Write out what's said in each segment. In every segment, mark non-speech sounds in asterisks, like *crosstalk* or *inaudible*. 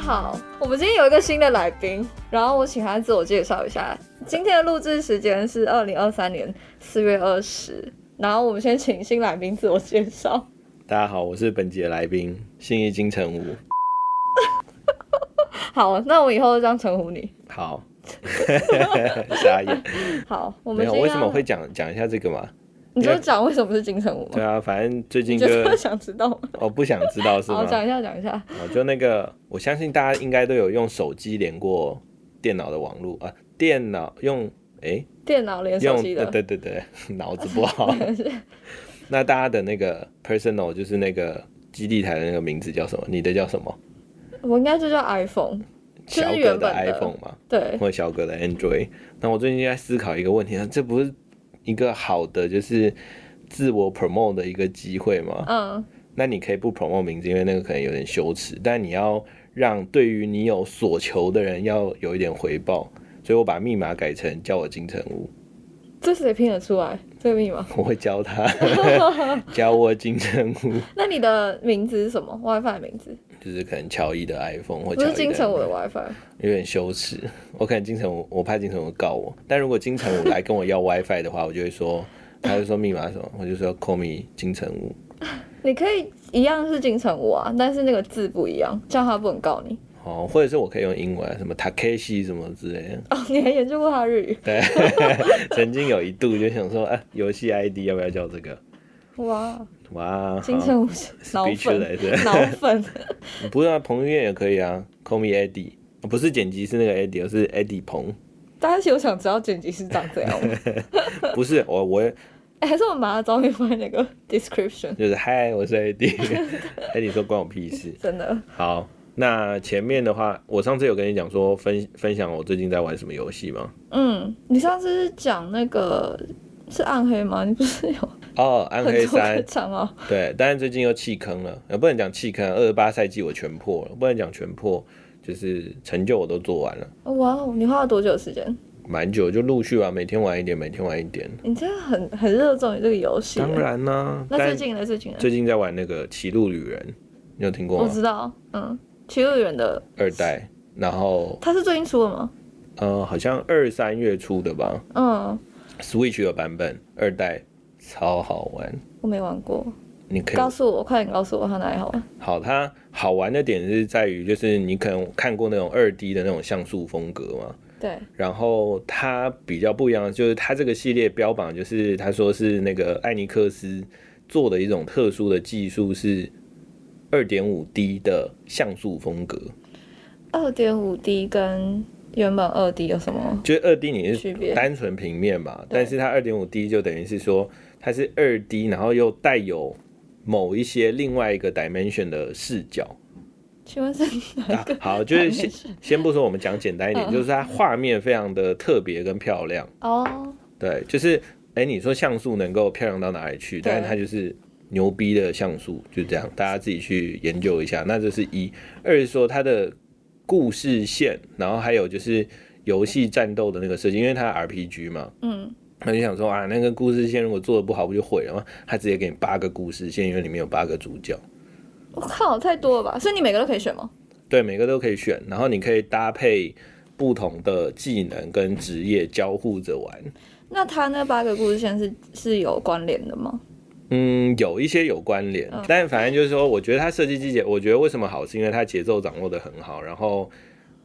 好，我们今天有一个新的来宾，然后我请他自我介绍一下。今天的录制时间是二零二三年四月二十，然后我们先请新来宾自我介绍。 *laughs* 大家好，我是本集的来宾，信义金城武。好，那我以后就这样称呼你。好， *laughs* 傻眼。好，我没们有，先为什么让会讲讲一下这个嘛？你就讲为什么是金城武对吗？啊，反正最近 *laughs* 你就是个会想知道吗？哦，不想知道是好，吗？讲一下，讲一下。哦，就那个，我相信大家应该都有用手机连过电脑的网络啊，电脑用诶，电脑连手用机呃的，对对对， *laughs* 脑子 *laughs* 不好。那大家的那个 personal 就是那个基地台的那个名字叫什么？你的叫什么？我应该就叫 iPhone。就是小原葛本的 iPhone 嘛，对，或者小葛的 Android。那我最近在思考一个问题，这不是一个好的就是自我 promote 的一个机会吗？嗯，那你可以不 promote 名字，因为那个可能有点羞耻，但你要让对于你有所求的人要有一点回报，所以我把密码改成叫我金城武，这谁拼得出来这个密码？我会教他 *laughs* 教我金城武，那你的名字是什么？WiFi 的名字就是可能乔伊的 iPhone 或不乔是伊金城武的，的 WiFi。有点羞耻， *laughs* 我可能金城武，我怕金城武告我，但如果金城武来跟我要 WiFi 的话，我就会说，他就说密码是什么，我就说 call me 金城武，你可以一样是金城武啊，但是那个字不一样，这样他不能告你。 *laughs* 哦，或者是我可以用英文啊，什么 Takeshi 什么之类的。 *laughs* 哦，你还研究过他的日语？对，曾经有一度就想说，哎、游戏 ID 要不要叫这个？哇，哇，金好城武是脑 speechless 粉， *laughs* 脑粉。不是啊，彭于晏也可以啊，Call me Eddie，哦不是剪辑是那个 Eddie，而是 Eddie 彭，大家其实有想知道剪辑师长怎样 *laughs* 吗？不是我，我哎、还是我们把他照片放在那个 description，就是嗨，我是 *laughs* Eddie，Eddie 说关我屁事。真的。好，那前面的话，我上次有跟你讲说分分享我最近在玩什么游戏吗？嗯，你上次是讲那个是暗黑吗？你不是有哦，暗黑很多三个，账号？对，但是最近又弃坑了，呃，不能讲弃坑，二十八赛季我全破了，不能讲全破，就是成就我都做完了。哦哇哦，你花了多久的时间？蛮久，就陆续啊玩，每天玩一点，每天玩一点。你真的很很热衷于这个游戏。当。然啦、那最但近呢？最近呢？最近在玩那个《歧路旅人》，你有听过我吗？知道，嗯，齐路远的，二代，然后他是最近出的吗？呃，好像二三月初的吧嗯， ，Switch 的版本，二代超好玩。我没玩过，你可告以诉我，快点告诉我他哪里好玩。好，它好玩的点是在于，就是你可能看过那种二 D 的那种像素风格嘛，对，然后它比较不一样，就是它这个系列标榜就是他说是那个艾尼克斯做的一种特殊的技术是二点五 D 的像素风格，二点五 D 跟原本二 D 有什么？就是二 D 你区是别单纯平面嘛，对但是它二点五 D 就等于是说它是二 D，然后又带有某一些另外一个 dimension 的视角。请问是哪啊个？好，就是先 dimension？先不说我们讲简单一点，嗯就是它画面非常的特别跟漂亮。哦，对，就是哎、你说像素能够漂亮到哪里去？对但是它就是牛逼的像素，就这样，大家自己去研究一下。那这是一，二是说它的故事线，然后还有就是游戏战斗的那个设计，因为它 RPG 嘛。嗯，那就想说啊，那个故事线如果做的不好，不就毁了吗？他直接给你八个故事线，因为里面有八个主角，我靠，太多了吧？所以你每个都可以选吗？对，每个都可以选，然后你可以搭配不同的技能跟职业交互着玩。那他那八个故事线是是有关联的吗？嗯，有一些有关联，嗯但反正就是说，我觉得它设计季节，我觉得为什么好，是因为它节奏掌握的很好，然后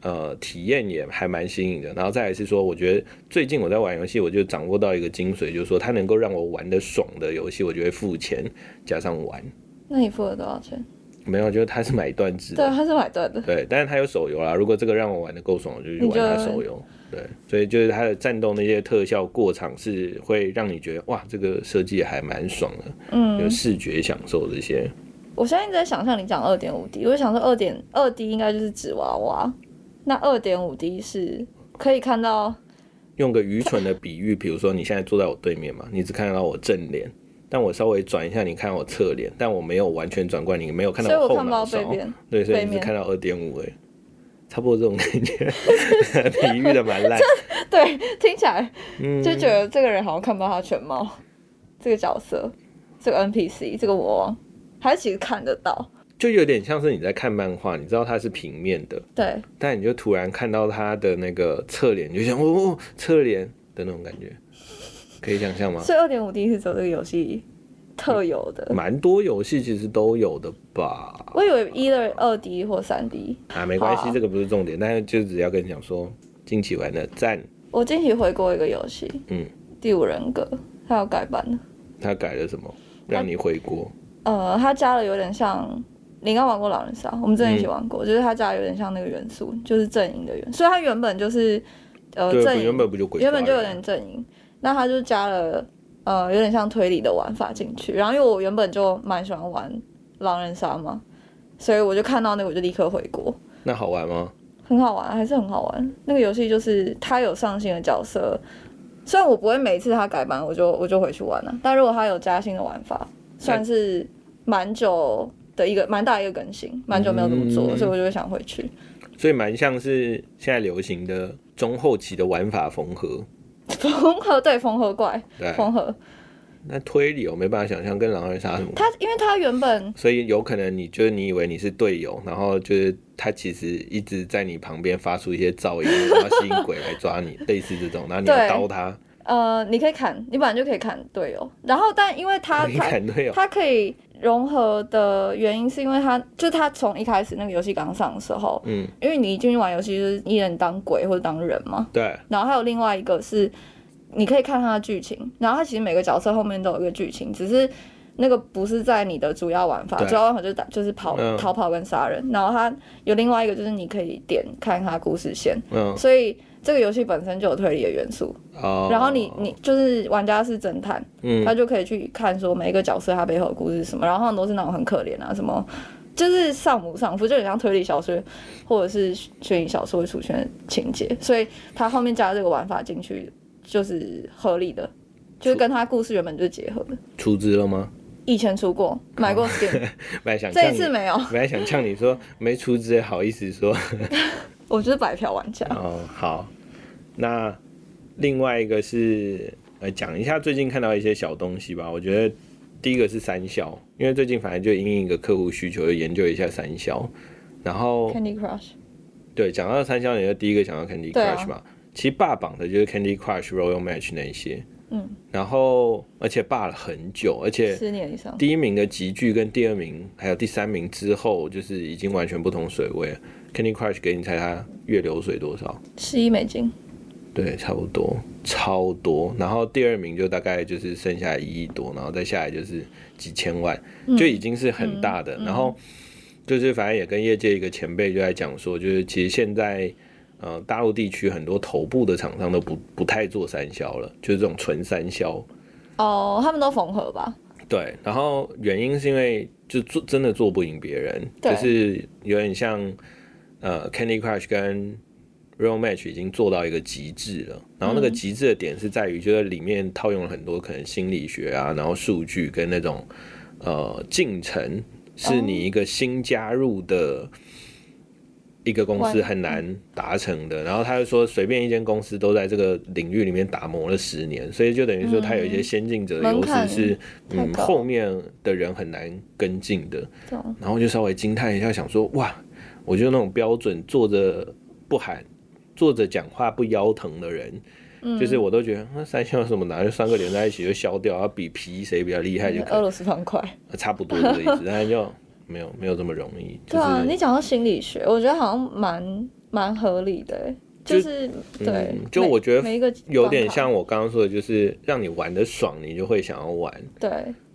呃，体验也还蛮新颖的。然后再来是说，我觉得最近我在玩游戏，我就掌握到一个精髓，就是说它能够让我玩的爽的游戏，我就会付钱加上玩。那你付了多少钱？没有，就是它是买断制对啊，的，他是买断的。对，但是它有手游啦。如果这个让我玩的够爽，我就去你就玩它手游。对，所以就是它的战斗那些特效过场是会让你觉得哇，这个设计还蛮爽的，有嗯，视觉享受这些。我现在一直在想象你讲二点五 D，我就想说二点二 D 应该就是纸娃娃，那二点五 D 是可以看到用个愚蠢的比喻，比如说你现在坐在我对面嘛，你只看得到我正脸，但我稍微转一下，你看到我侧脸，但我没有完全转过来，你没有看所以到我后看不到脑背勺，面。对，所以背你只面看到二点五哎，差不多这种感 *laughs* 觉， *laughs* 比喻的蛮烂，对，听起来嗯，就觉得这个人好像看不到他全貌，这个角色，这个 NPC，这个魔王，他其实看得到，就有点像是你在看漫画，你知道它是平面的，对，但你就突然看到它的那个侧脸，你就想哦哦侧脸的那种感觉，可以想象 *laughs* 吗？所以二点五 D 是走这个游戏特有的。蛮多游戏其实都有的吧，我以为一的二 D 或三 D，啊，没关好系，啊这个不是重点，但是就只要跟你讲说，近期玩的赞，我近期回过一个游戏，嗯，第五人格，它有改版了。他改了什么，让你回锅，呃，它加了有点像，你刚玩过狼人杀，我们之前嗯一起玩过，就是它加了有点像那个元素，就是阵营的元素。所以它原本就是呃对，阵不营，原本不就鬼抓原人本就有点阵营，那它就加了呃有点像推理的玩法进去。然后因为我原本就蛮喜欢玩狼人杀嘛，所以我就看到那个我就立刻回国，那好玩吗？很好玩，还是很好玩。那个游戏就是它有上新的角色，虽然我不会每次它改版我就我就回去玩了、但如果它有加新的玩法，算是蛮久的一个蛮大一个更新，蛮久没有这么做，嗯所以我就会想回去。 *laughs* 所以蛮像是现在流行的中后期的玩法缝合，缝合对缝合怪对，啊缝合，那推理我没办法想象跟狼人杀什么，它因为它原本所以有可能你就是你以为你是队友，然后就是他其实一直在你旁边发出一些噪音，然后吸引鬼来抓你，类似这种，然后你要对刀他，呃你可以砍，你本来就可以砍队友，然后但因为它你它砍队友，它可以融合的原因是因为它就它从一开始那个游戏刚上的时候，嗯，因为你一进去玩游戏就是一人当鬼或者当人嘛，对，然后还有另外一个是，你可以看它的剧情，然后它其实每个角色后面都有一个剧情，只是那个不是在你的主要玩法，对主要玩法就是打就是跑、嗯逃跑跟杀人，然后它有另外一个就是你可以点看它故事线，嗯，所以这个游戏本身就有推理的元素，哦，然后你你就是玩家是侦探，嗯他就可以去看说每一个角色他背后的故事是什么，然后他们都是那种很可怜啊什么。就是丧母丧夫，就很像推理小说或者是悬疑小说会出现的情节，所以他后面加这个玩法进去就是合理的，就是跟他故事原本就结合的。出资了吗？以前出过，买过 skin，本来 *laughs* 想这呛一你，次没 *laughs* 有，本来想呛你说没出资，好意思说我就是白嫖玩家。哦好。那另外一个是呃讲一下最近看到一些小东西吧。我觉得第一个是三消，因为最近反正就因应一个客户需求，就研究一下三消。然后 Candy Crush，对讲到三消，你就第一个想到 Candy 对啊 Crush 嘛。其实霸榜的就是 Candy Crush、Royal Match 那一些，嗯，然后而且霸了很久，而且十年以上，第一名的集聚跟第二名还有第三名之后，就是已经完全不同水位了。Candy Crush 给你猜它月流水多少？十一美金，对，差不多，超多。然后第二名就大概就是剩下一亿多，然后再下来就是几千万，就已经是很大的。然后就是反正也跟业界一个前辈就在讲说，就是其实现在呃大陆地区很多头部的厂商都不不太做三销了，就是这种纯三销。哦，他们都缝合吧？对，然后原因是因为就做真的做不赢别人，对就是有点像呃 Candy Crush 跟 Real Match 已经做到一个极致了。然后嗯那个极致的点是在于，就是里面套用了很多可能心理学啊，然后数据跟那种呃进程，哦是你一个新加入的。一个公司完很难达成嗯的，然后他就说，随便一间公司都在这个领域里面打磨了十年，所以就等于说，他有一些先进者的优嗯门槛势是太嗯，高后面的人很难跟进的。懂然后就稍微惊叹一下，想说哇，我就那种标准坐着不喊、坐着讲话不腰疼的人，嗯就是我都觉得那嗯三项有什么难，就三个连在一起就消掉，要比皮谁比较厉害就可俄罗斯方块。以，差不多这个意思，但是就没有没有这么容易。就对啊，是你讲到心理学，我觉得好像蛮蛮合理的欸，就就是对嗯，就每我觉得每一个有点方法像我刚刚说的，就是让你玩的爽，你就会想要玩。对，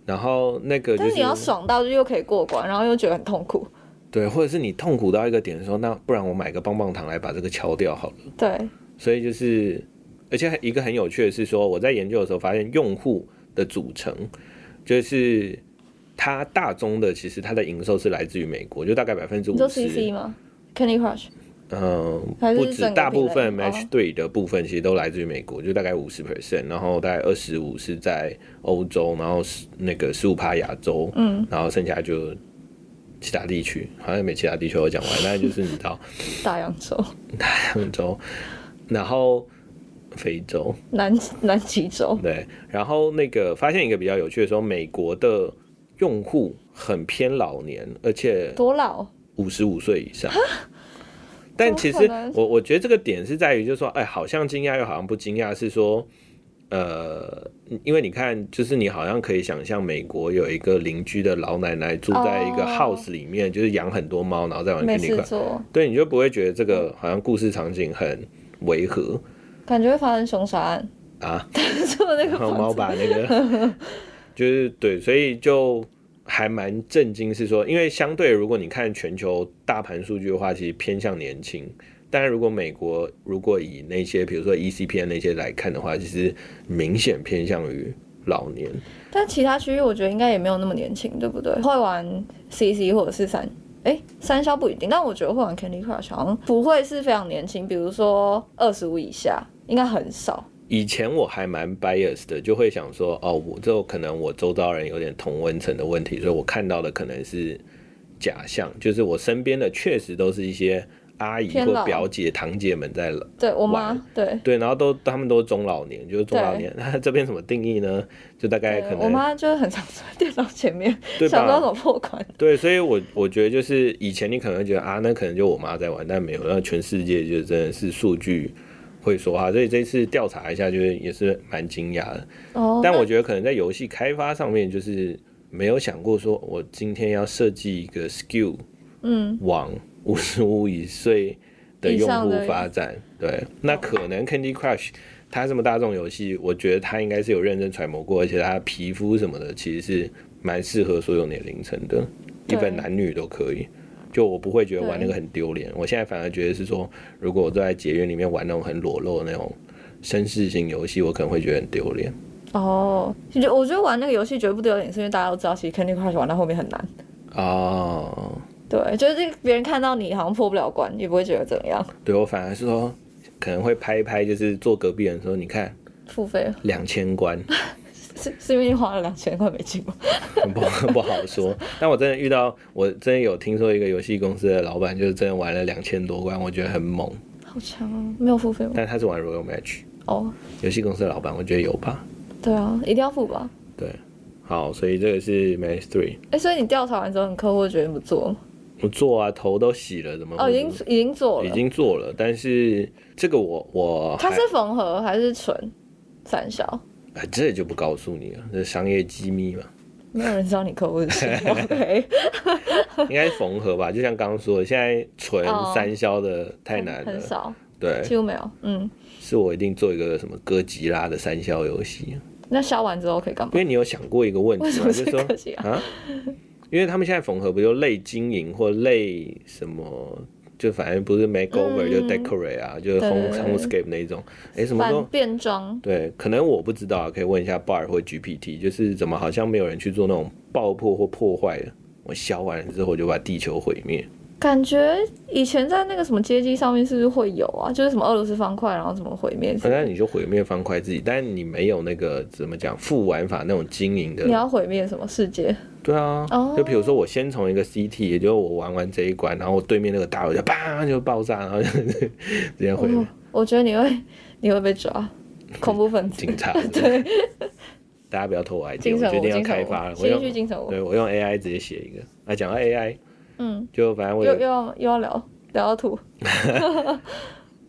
然后那个就但是是你要爽到就又可以过关，然后又觉得很痛苦，对，或者是你痛苦到一个点的时候，那不然我买个棒棒糖来把这个敲掉好了。对，所以就是，而且一个很有趣的是说，我在研究的时候发现，用户的组成就是它大宗的，其实它的营收是来自于美国，就大概百分之你五说 CC 十。吗？Candy Crush 嗯，还是不止整个大部品分类哦 match 对的部分其实都来自于美国，就大概五十 percent，然后大概二十五是在欧洲，然后10那个十五趴亚洲，嗯，然后剩下就其他地区，好像没其他地区我讲完，但就是你知道 *laughs* 大洋洲、杭州，然后非洲， *laughs* 南南极洲，对，然后那个发现一个比较有趣的时候，美国的用户很偏老年，而且多老？五十五岁以上。但其啊怎么可实能我我觉得这个点是在于，就是说，哎，好像惊讶又好像不惊讶，是说，呃，因为你看，就是你好像可以想象，美国有一个邻居的老奶奶住在一个哦 house 里面，就是养很多猫，然后在玩没 Candy 事嗯 Crush，做，对，你就不会觉得这个好像故事场景很违和感觉会发生凶杀案。 *laughs* 啊，住的那个然后房 *laughs* 猫子，把那个 *laughs* 就是对，所以就还蛮震惊，是说，因为相对如果你看全球大盘数据的话，其实偏向年轻。但是如果美国如果以那些比如说 E ECPN 那些来看的话，其实明显偏向于老年。但其他区域我觉得应该也没有那么年轻，对不对？会玩 CC 或者是三。哎，三消不一定，但我觉得会玩 Candy Crush 好像不会是非常年轻，比如说二十五以下，应该很少。以前我还蛮 bias 的，就会想说，哦，我这可能我周遭人有点同温层的问题，所以我看到的可能是假象，就是我身边的确实都是一些阿姨偏或老表姐、堂姐们在了，对我妈玩，对对，然后都他们都是中老年，就是中老年， *laughs* 那这边怎么定义呢？就大概哎可对，我能妈就是很常坐在电脑前面，对想不到怎吧？么破关。对，所以我我觉得就是以前你可能会觉得啊，那可能就我妈在玩，但没有，那全世界就真的是数据会说话，所以这次调查一下，就是也是蛮惊讶的。哦， *laughs* 但我那觉得可能在游戏开发上面，就是没有想过说我今天要设计一个 SKU 嗯，往五十五以岁的用户发展。对，那可能 Candy Crush 它这么大众游戏，我觉得它应该是有认真揣摩过，而且它皮肤什么的其实是蛮适合所有年龄层的，一对本男女都可以。就我不会觉得玩那对个很丢脸，我现在反而觉得是说，如果我都在节约里面玩那种很裸露的那种绅士型游戏，我可能会觉得很丢脸。哦，其实我觉得玩那个游戏绝不丢脸，是因为大家都知道，其实 Candy Crush 玩到后面很难。哦，对，就是这个别人看到你好像破不了关，也不会觉得怎么样。对我反而是说，可能会拍一拍，就是坐隔壁人说，你看付费了两千关， *laughs* 是是因为你花了两千块美金吗？不不好说。但我真的遇到，我真的有听说一个游戏公司的老板，就是真的玩了两千多关，我觉得很猛。好强啊！没有付费吗？但他是玩 Royal Match，哦，游戏公司的老板，我觉得有吧。对啊，一定要付吧。对，好，所以这个是 Match Three。哎，所以你调查完之后，你客户决定不做吗？我做啊，头都洗了，怎么会哦，已经不做已经做了。已经做了，但是这个我我它还是缝合还是纯三小？啊这就不告诉你了，这是商业机密嘛。没有人知道你客户是谁。OK， *laughs* 应该是缝合吧，就像刚刚说的，现在纯哦三消的太难很了。少，对，几乎没有。嗯，是我一定做一个什么哥吉拉的三消游戏，因那消完之后可以干嘛？为你有想过一个问为题什吗？么就是是说哥吉拉啊，因为他们现在缝合不就类经营或类什么？就反正不是 makeover、嗯就 decorate 啊，就是对 home 对对 homescape 那一种，哎、什么反都变装对，可能我不知道啊，可以问一下 bar 或 GPT，就是怎么好像没有人去做那种爆破或破坏的，我消完了之后我就把地球毁灭，感觉以前在那个什么街机上面是不是会有啊？就是什么俄罗斯方块，然后怎么毁灭之反类的？正你就毁灭方块自己，但你没有那个怎么讲副玩法那种经营你的，要毁灭什么世界？对啊，哦就比如说我先从一个 CT，也就是我玩完这一关，然后我对面那个大楼就啪就爆炸，然后就 *laughs* 直接毁灭我哦我觉得你会你会被抓，恐怖分子，警 *laughs* 察，对，大家不要偷我 idea，精我神决我，定要精开神发我，了，我新一区用精神我，对我用 AI 直接写一个，啊，讲到 AI 嗯，就反正我又又有要又要聊聊到吐，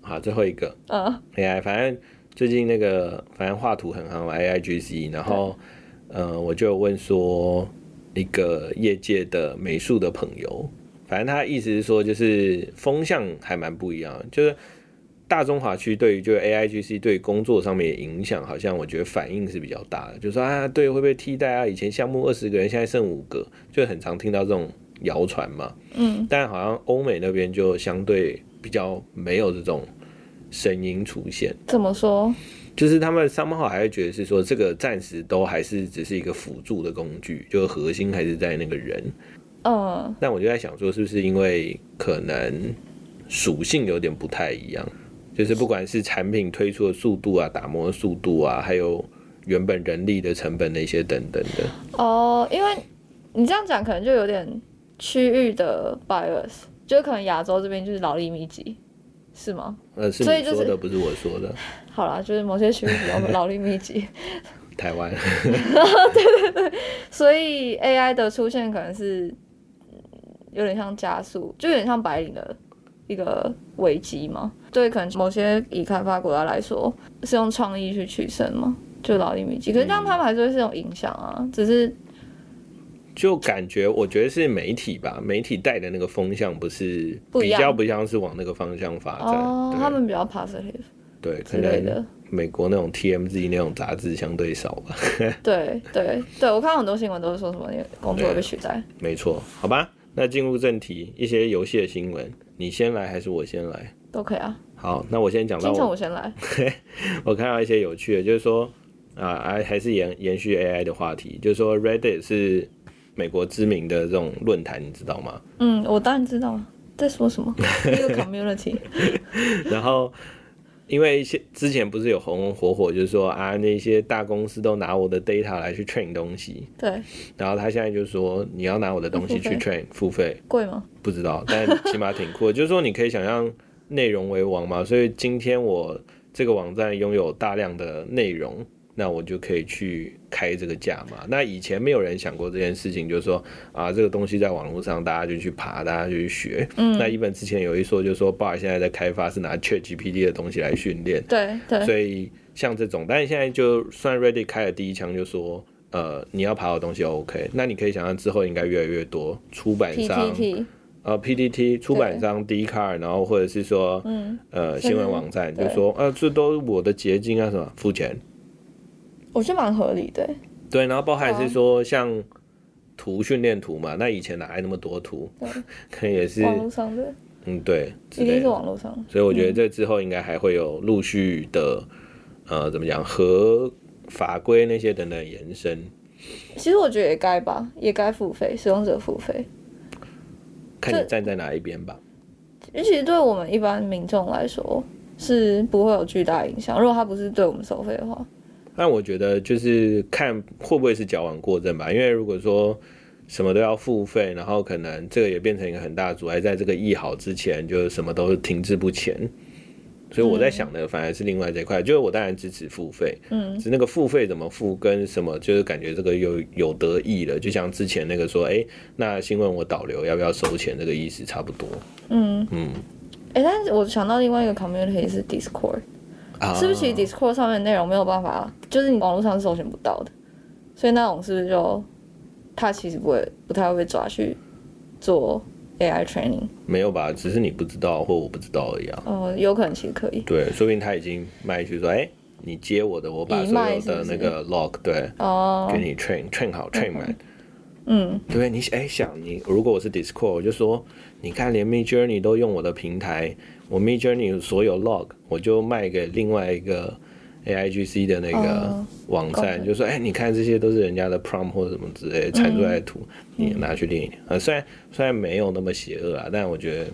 好最后一个，嗯， AI，反正最近那个反正画图很行嘛，AIGC，然后呃，我就有问说一个业界的美术的朋友，反正他意思是说，就是风向还蛮不一样的，就是大中华区对于就是 AIGC 对工作上面的影响，好像我觉得反应是比较大的，就说啊，对，会不会替代啊？以前项目二十个人，现在剩五个，就很常听到这种谣传嘛。嗯，但好像欧美那边就相对比较没有这种声音出现。怎么说？就是他们商号还会觉得是说，这个暂时都还是只是一个辅助的工具，就是核心还是在那个人。嗯，但我就在想说，是不是因为可能属性有点不太一样，就是不管是产品推出的速度啊、打磨的速度啊，还有原本人力的成本那些等等的。哦，因为你这样讲可能就有点区域的 bias，就是可能亚洲这边就是劳力密集，是吗？呃，是所以你就是说的，不是我说的。好啦，就是某些区域比较劳力密集， *laughs* 台湾。 *laughs* 所以 AI 的出现可能是嗯有点像加速，就有点像白领的一个危机嘛。对，可能某些已开发国家来说是用创意去取胜嘛，就劳力密集。可是这样他们还是会是种影响啊，只是就感觉我觉得是媒体吧，媒体带的那个风向不是不一比样较不像是往那个方向发展。哦，啊对他们比较 positive 对，可之类的能。美国那种 TMZ 那种杂志相对少吧。 *laughs* 对对对，我看到很多新闻都是说什么你的工作会被取代。没错，好吧，那进入正题，一些游戏的新闻，你先来还是我先来？都可以啊，好，那我先讲到清晨我我先来。我看到一些有趣的，就是说啊，还还是延延续 AI 的话题，就是说 Reddit 是美国知名的这种论坛，你知道 *laughs* 吗？嗯，我当然知道了，在说什么。 *laughs* 一个 community，然后因为一些之前不是有红红火火，就是说啊，那些大公司都拿我的 data 来去 train 东西，对，然后他现在就说你要拿我的东西付去 train 付费，贵吗？不知道， *laughs* 但起码挺酷的。就是说，你可以想象内容为王嘛，所以今天我这个网站拥有大量的内容，那我就可以去开这个价嘛。那以前没有人想过这件事情，就是说啊，这个东西在网络上大家就去爬，大家就去学。嗯那一本之前有一说，就是说 Bar 现在在开发是拿 ChatGPT 的东西来训练，对对，所以像这种，但是现在就算 Ready 开了第一枪，就说。呃，你要爬的东西 OK，那你可以想象之后应该越来越多出版商、 PPT，呃 PDT 出版商 d c a r 然后或者是说、嗯，呃甚至新闻网站就对说呃这都是我的结晶啊什么付钱，我觉得蛮合理的。对，然后包含对啊是说像图训练图嘛，那以前哪来那么多图对，可能也是网络上的嗯对之一定类是嗯的，网络上的，所以我觉得这之后应该还会有陆续的呃怎么讲和法规那些等等延伸，其实我觉得也该吧，也该付费，使用者付费。看这你站在哪一边吧。尤其对我们一般民众来说是不会有巨大影响，如果他不是对我们收费的话，但我觉得就是看会不会是矫枉过正吧，因为如果说什么都要付费，然后可能这个也变成一个很大的阻碍，在这个议好之前，就是什么都停滞不前。所以我在想的反而是另外这一块，就是我当然支持付费，嗯，只是那个付费怎么付跟什么，就是感觉这个有有得意了，就像之前那个说，哎、那新闻我导流要不要收钱这个意思差不多，嗯，嗯，诶，但是我想到另外一个 community 是 Discord，啊是不是其实 Discord 上面的内容没有办法，就是你网络上是搜寻不到的，所以那种是不是就他其实不会不太会被抓去做 AI training？没有吧？只是你不知道或我不知道而已啊。哦、有可能其实可以对，说不定他已经卖去说，哎、你接我的，我把已所卖有是不的是那个 log 对，哦给，你 train train 好 train 满。嗯，对，你哎、想你，如果我是 Discord，我就说，你看连 Mid Journey 都用我的平台，我 Mid Journey 所有 log 我就卖给另外一个 AIGC 的那个哦网站， OK 就说，哎、你看这些都是人家的 prompt 或者什么之嗯类的产出来的图，你拿去练一练。啊，虽然虽然没有那么邪恶啊，但我觉得。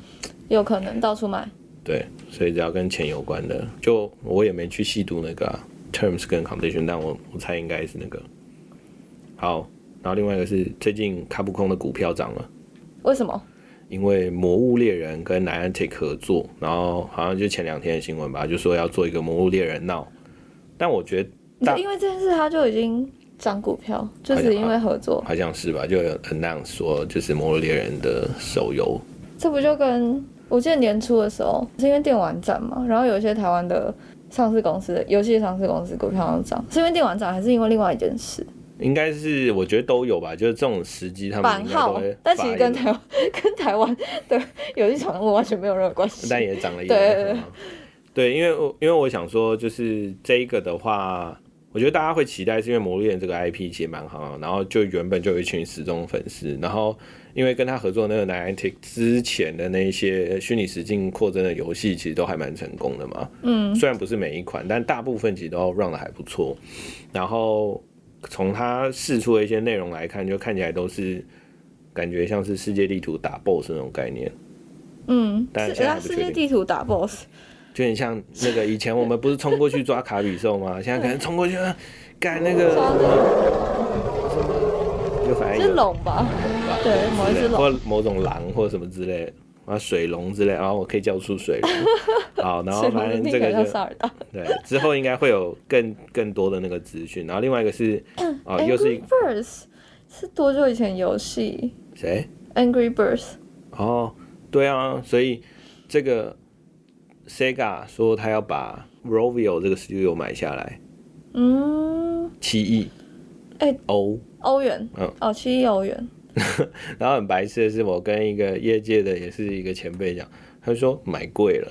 有可能到处买。对，所以只要跟钱有关的，就我也没去细读那个啊、terms 跟 condition，但我我猜应该是那个。好，然后另外一个是最近卡布空的股票涨了，为什么？因为《魔物猎人》跟 Niantic 合作，然后好像就前两天的新闻吧，就说要做一个《魔物猎人》闹，但我觉得你就大因为这件事，他就已经涨股票，就只因为合作，好像是吧，就有 announce 说就是《魔物猎人》的手游这不就跟我记得年初的时候，是因为电玩展嘛，然后有一些台湾的上市公司的游戏上市公司股票都涨，是因为电玩展，还是因为另外一件事应该是我觉得都有吧，就是这种时机他们版应该都号会？但其实跟发台言湾跟台湾的游戏厂商完全没有任何关系。但也涨了一对点对对嗯对，因为我因为我想说，就是这一个的话，我觉得大家会期待，是因为《魔物猎人》这个 IP 其实蛮好的，然后就原本就有一群死忠粉丝，然后因为跟他合作那个 Niantic 之前的那一些虚拟实境扩增的游戏，其实都还蛮成功的嘛。嗯，虽然不是每一款，但大部分其实都让的还不错。然后从它试出的一些内容来看，就看起来都是感觉像是世界地图打 BOSS 那种概念。嗯，但是现在还让不世确界定地图打 BOSS，就很像那个以前我们不是冲过去抓卡比兽吗？现在可能冲过去啊干那个抓的就反正是有龙吧？对，某一只或龙。某种狼或什么之类的。啊水龙之类，然后我可以叫出 *laughs* 水龙，好，然后反正这个叫就萨尔达。对，之后应该会有更更多的那个资讯。然后另外一 *coughs* 个是啊、又是一 Angry Birds 是多久以前游戏谁？ ？Angry Birds 哦，对啊，所以这个 Sega 说他要把 Rovio 这个 studio 买下来，嗯，七亿，哎欧。欧元，嗯哦，七亿欧元，然后很白痴的是，我跟一个业界的也是一个前辈讲，他说买贵了，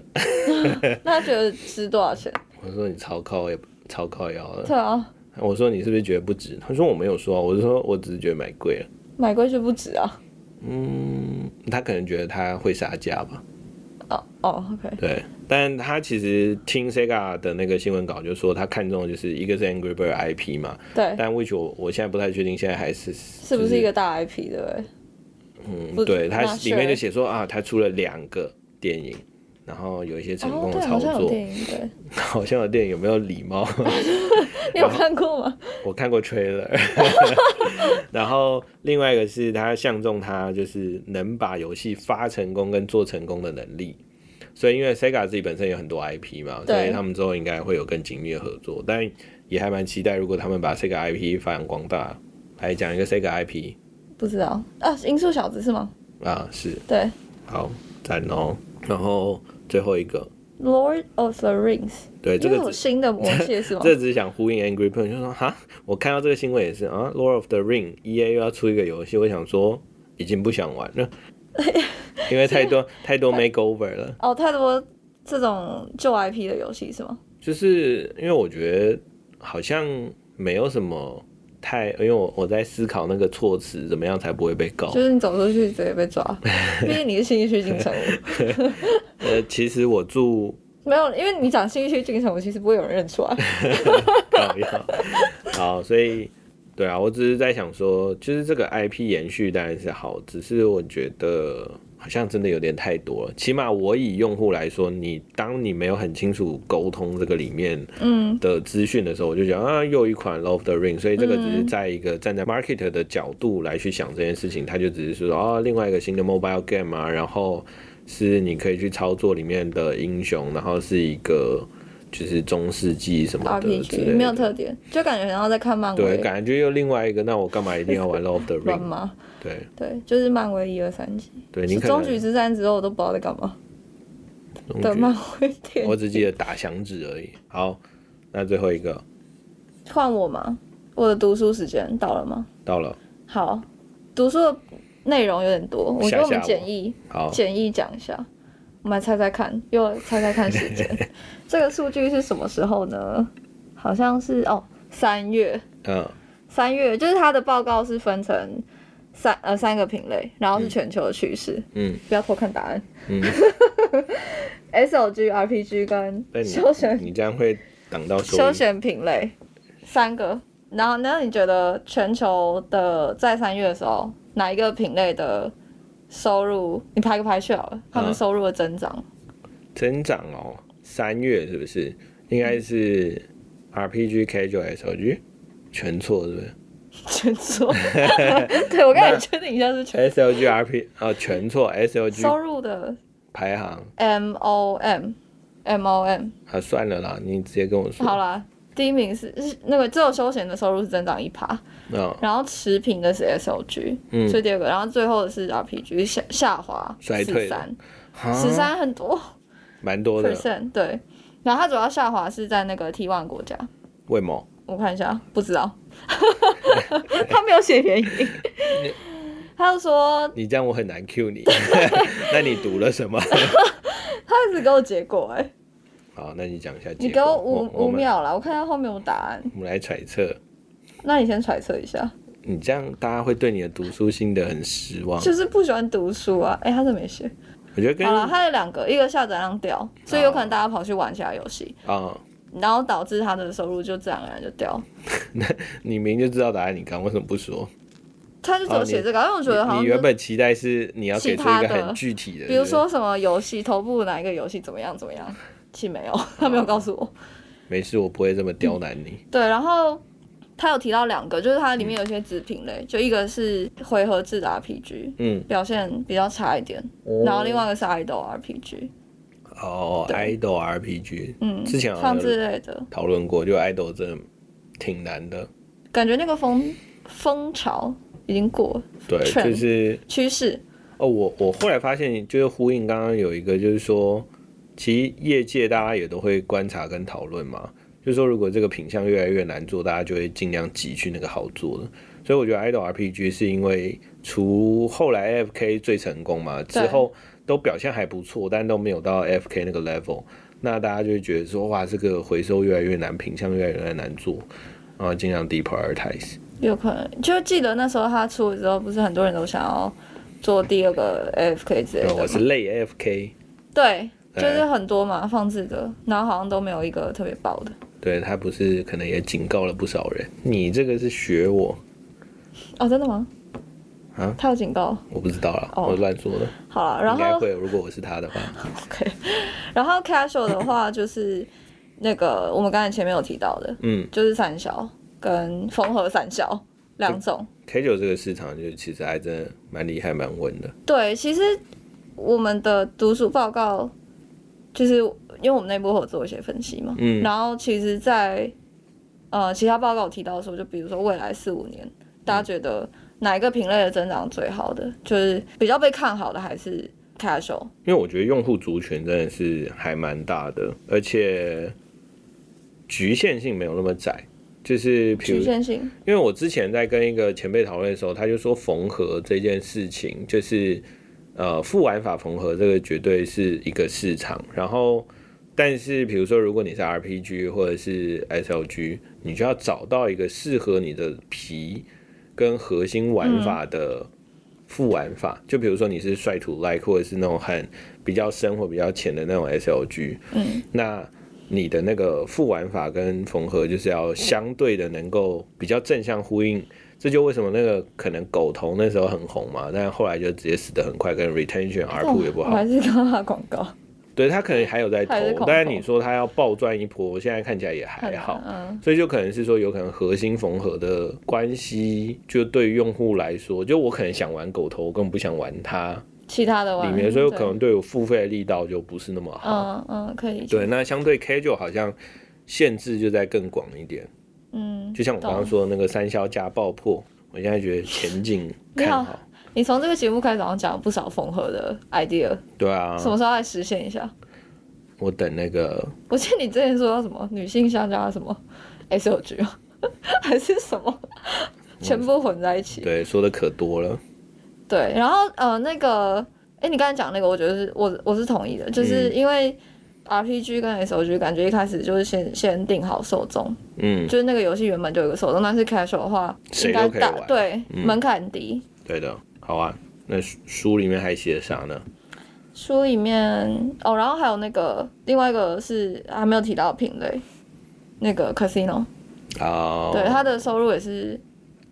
那他觉得值多少 *laughs* 钱？我说你超靠也超靠腰了，对啊，我说你是不是觉得不值？他说我没有说啊，我是说我只是觉得买贵了。买过去不止啊。嗯，他可能觉得他会杀价吧，哦哦，OK，对，但他其实听 Sega 的那个新闻稿就说，他看中的就是一个是 Angry Bird IP 嘛，对，但 which 我我现在不太确定，现在还是是是不是一个大 IP 对不对？嗯，不对，它那里面 sure 就写说啊，他出了两个电影，然后有一些成哦功，的对，操好像有作，电影，对， *laughs* 好像有电影有没有礼貌？ *laughs* 你有看过吗？我看过 trailer，然后另外一个是他相中他就是能把游戏发成功跟做成功的能力，所以因为 Sega 自己本身有很多 IP 嘛，对所以他们之后应该会有更紧密的合作，但也还蛮期待如果他们把 Sega IP 发扬光大。来讲一个 Sega IP 不知道啊，《音速小子》是吗？啊，是对，好赞哦。然后最后一个， 《Lord of the Rings 对》这又个有只新的魔戒是吗？ *laughs* 这只想呼应 Angry Bird，就说哈，我看到这个新闻也是啊，《Lord of the Ring》EA 又要出一个游戏，我想说已经不想玩了，因为太多太多 makeover 了。哦，太多这种旧 IP 的游戏是吗？就是因为我觉得好像没有什么太，因为我我在思考那个措辞怎么样才不会被告就。是你走出去直接被 *laughs* 抓，毕竟你是新一区进城屋，呃，其实我住没有，因为你讲新一区进城屋，其实不会有人认出来。 *laughs* 高要，好，所以对啊，我只是在想说，就是这个 IP 延续当然是好，只是我觉得好像真的有点太多了。起码我以用户来说，你当你没有很清楚沟通这个里面嗯，的资讯的时候，我就觉得啊，又一款《Love the Ring》，所以这个嗯只是在一个站在 market 的角度来去想这件事情，它就只是说啊，另外一个新的 mobile game 啊，然后是你可以去操作里面的英雄，然后是一个。就是中世纪什么的之类 RPG 的，没有特点，就感觉然后在看漫对，威感觉又另外一个，那我干嘛一定要玩 Love the 乱 *laughs* Ring？吗？对对，就是漫威一二三集，对，你是可终能局之战之后我都不知道在干嘛终的局漫威电我影。只记得打响指而已。好，那最后一个换我吗？我的读书时间到了吗？到了，好，读书的内容有点多，我觉得我们吓吓我简易好，简易讲一下，我们来猜猜看，又猜猜看时 *laughs* 间。这个数据是什么时候呢？好像是哦，三月，嗯三月就是它的报告是分成三呃三个品类，然后是全球的趋势。嗯不要偷看答案。 *laughs* 嗯， S O G R P G 跟但你休闲你这样会挡到收休音。闲品类三个。然后，那你觉得全球的在三月的时候，哪一个品类的收入？你排个排序好了，他们嗯收入的增长。增长哦，三月是不是？应嗯该是 RPG Casual SLG 全错是不是全错。 *laughs* 对，我刚才也确定一下是全？SLG RP 啊全错收，SLG 入的排行 M O M M O M。啊，算了啦，你直接跟我说。好啦，第一名是是那个只有休闲的收入是增长一趴，嗯然后持平的是 S O G，嗯所以第二个，然后最后的是 R P G 下下滑衰退十了三啊十三很多蛮多的， percent 对，然后它主要下滑是在那个 T one 国家，为毛？我看一下，不知 *laughs* 道，他没有写原因，他就说你这样我很难 Q 你。 *laughs* 那你读了什么？ *laughs* 他一直给我结果哎、好，那你讲一下结果。你给我五我五们秒啦，我看一下后面有答案。我们来揣测。那你先揣测一下，你这样大家会对你的读书心得很失望。就是不喜欢读书啊？哎、他是没写。我觉得跟好了，啊、他有两个，一个下载量掉，所以有可能大家跑去玩其他游戏，啊然后导致他的收入就自然而然就掉。你明明就知道答案，你刚为什么不说？他就只有写这个，因为我觉呃得好你像你就原本期待是你要给出一其他个的很具体的，比如说什么游戏头部哪一个游戏怎么样怎么样， *laughs* 哦其实没有，他没有告诉我。对不对没事，我不会这么刁难你。对，然后他有提到两个，就是它里面有些子品类，就一个是回合制的 RPG，嗯，表现比较差一点，嗯然后另外一个是 idol RPG，哦，idol RPG，嗯，之前好像放有置类的，讨论过，就 idol 真的挺难的，感觉那个风风潮已经过了对， Trend 就是趋势，哦，我我后来发现，就是呼应刚刚有一个，就是说，其实业界大家也都会观察跟讨论嘛，就是说，如果这个品相越来越难做，大家就会尽量挤去那个好做的。所以我觉得 idol RPG 是因为除后来 FK 最成功嘛，之对后都表现还不错，但都没有到 FK 那个 level，那大家就会觉得说，哇，这个回收越来越难，品相越来越难做，然后尽量 deprioritize。有可能就记得那时候他出的时候，不是很多人都想要做第二个 AFK 之类然的后我是吗？累 FK，对，哎就是很多嘛放置的，然后好像都没有一个特别爆的。对他不是可能也警告了不少人，你这个是学我，哦，真的吗？啊他有警告。我不知道啦，哦我乱说的，好了，然应该后会，如果我是他的话， OK，然后 casual 的话就是那个我们刚才前面有提到的，嗯就是散销跟缝合散销两种。 ，K 九这个市场就其实还真的蛮厉害，蛮稳的，对，其实我们的读书报告就是因为我们内部会有做一些分析嘛，嗯然后其实在，呃其他报告有提到说，就比如说未来四五年，大家觉得哪一个品类的增长最好的，就是比较被看好的还是啊 casual，因为我觉得用户族群真的是还蛮大的，而且局限性没有那么窄，就是比局如限性，因为我之前在跟一个前辈讨论的时候，他就说缝合这件事情，就是呃副玩法缝合这个绝对是一个市场。然后，但是比如说如果你是 RPG 或者是 SLG，你就要找到一个适合你的皮跟核心玩法的副玩法。嗯就比如说你是率土 like 或者是那种很比较深或比较浅的那种 SLG，嗯，那你的那个副玩法跟缝合就是要相对的能够比较正向呼应，这就为什么那个可能狗头那时候很红嘛，但后来就直接死得很快，跟 retention R 哦 p 也不我好还。是刚刚的广告，对他可能还有在投还是恐，但是投你说他要暴赚一波，现在看起来也还哎好。嗯，所以就可能是说，有可能核心缝合的关系，就对于用户来说，就我可能想玩狗头，我根本不想玩它其他的玩里面，所以我对可能对我付费的力道就不是那么好。嗯嗯可以理解，对，那相对 K 就好像限制就在更广一点，嗯，就像我刚刚懂说的那个三消加爆破，我现在觉得前景你好看好，你从这个节目开始好像讲了不少缝合的 idea，、对啊什，么时候来实现一下？ *laughs* 我等那个我记得你之前说到什么女性相加什么 S O G 啊， *laughs* 还是什么，全部混在一起。对说的可多了，对，然后呃那个，哎、你刚才讲那个，我觉得是我我是同意的，就是嗯因为 R P G 跟 S O G 感觉一开始就是先先定好受众，嗯，就是那个游戏原本就有一个受众，但是 casual 的话谁应都该可以大玩对、嗯门槛低。对的，好啊。那书书里面还写啥呢？书里面哦，然后还有那个另外一个是还没有提到的品类，那个 casino。哦，对，他的收入也是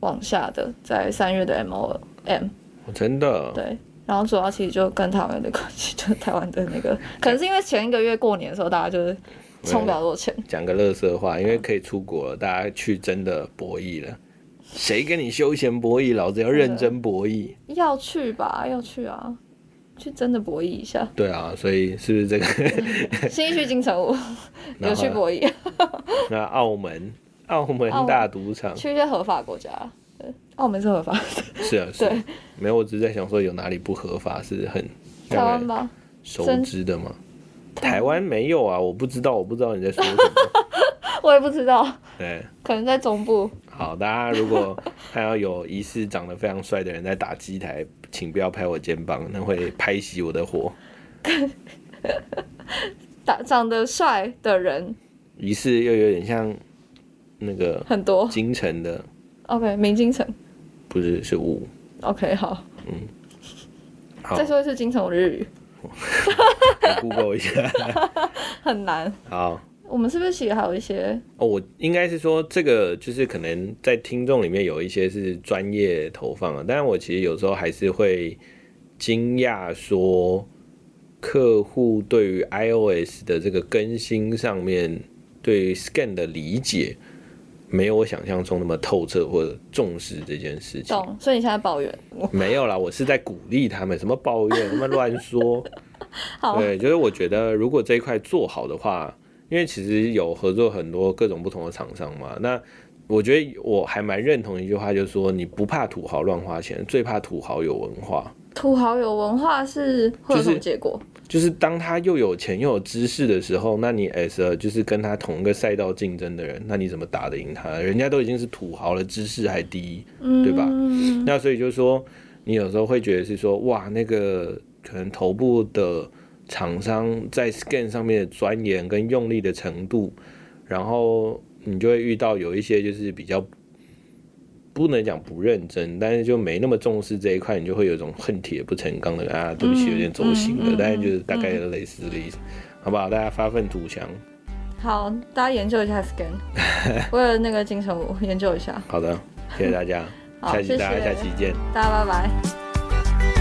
往下的，在三月的 M O M 我真的，对，然后主要其实就跟台湾的关系，就是台湾的那 *laughs* 个，可能是因为前一个月过年的时候，大家就是充比较多 *laughs* 钱，讲个乐色话，因为可以出国了，大家去真的博弈了。谁跟你休闲博弈？老子要认真博弈。要去吧，要去啊，去真的博弈一下，对啊，所以是不是这个？ *laughs* 新一区金城武有去博弈，那澳门，澳门澳门大赌场，去一些合法国家，对，澳哦门是合法的，是啊，是啊对，没有，我只是在想说有哪里不合法是很台湾吧，熟真知的吗？台湾没有啊，我不知道，我不知道你在说 *laughs* 什么。我也不知道，对，可能在中部，好，大家如果看到有疑似长得非常帅的人在打机台，请不要拍我肩膀，那会拍熄我的火。长长得帅的人疑似又有点像那个很多京城的， ，OK，明金城不是是雾。 ，OK，好，好，再说一次金城武的日语。我 Google 一下。很难。好。我们是不是其实还有一些哦，我应该是说这个就是可能在听众里面有一些是专业投放的，但我其实有时候还是会惊讶说，客户对于 iOS 的这个更新上面对于 Scan 的理解，没有我想象中那么透彻或者重视这件事情。懂。所以你现在抱怨我，没有啦，我是在鼓励他们，什么抱怨，什么乱说。好，对，就是我觉得如果这一块做好的话，因为其实有合作很多各种不同的厂商嘛，那我觉得我还蛮认同一句话，就是说你不怕土豪乱花钱，最怕土豪有文化。土豪有文化是会有什么结果？就是当他又有钱又有知识的时候，那你 as a 就是跟他同一个赛道竞争的人，那你怎么打得赢他？人家都已经是土豪了，知识还低，对吧嗯那所以就是说，你有时候会觉得是说，哇，那个可能头部的厂商在 scan 上面的钻研跟用力的程度，然后你就会遇到有一些就是比较不能讲不认真，但是就没那么重视这一块，你就会有一种恨铁不成钢的啊，对不起，有点走心了，嗯嗯嗯但是就是大概类似的意思，好不好？大家发愤图强，好，大家研究一下 scan，为 *laughs* 了那个金城武研究一下。好的，谢谢大家，好下期谢谢大家下期见。大家拜拜。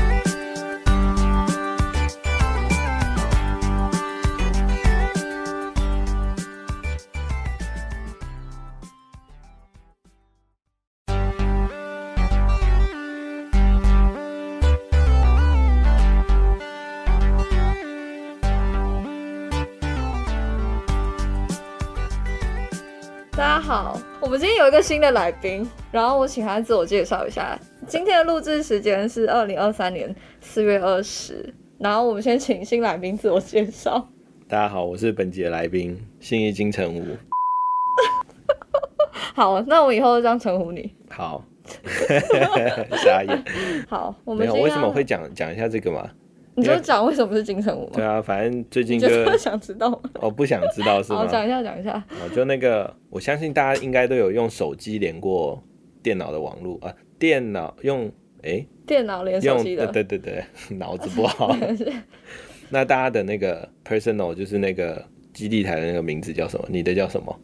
大家好，我们今天有一个新的来宾，然后我请他自我介绍一下。今天的录制时间是二零二三年四月二十，然后我们先请新来宾自我介绍。 *laughs* 大家好，我是本集的来宾信义金城武。好，那我以后就这样称呼你。好， *laughs* *laughs* 傻眼。好，我们没有，今天为要什么会讲讲一下这个嘛？你就讲为什么是金城武对吗？啊，反正最近你就就是想知道吗？我不想知 *laughs* 道是吗 *laughs* 好，？讲一下，讲一下。哦，就那个，我相信大家应该都有用手机连过电脑的网络啊，电脑用诶，电脑连手用机对的，对对 *laughs* 对，脑子不 *laughs* 好。那大家的那个 personal 就是那个基地台的那个名字叫什么？你的叫什么？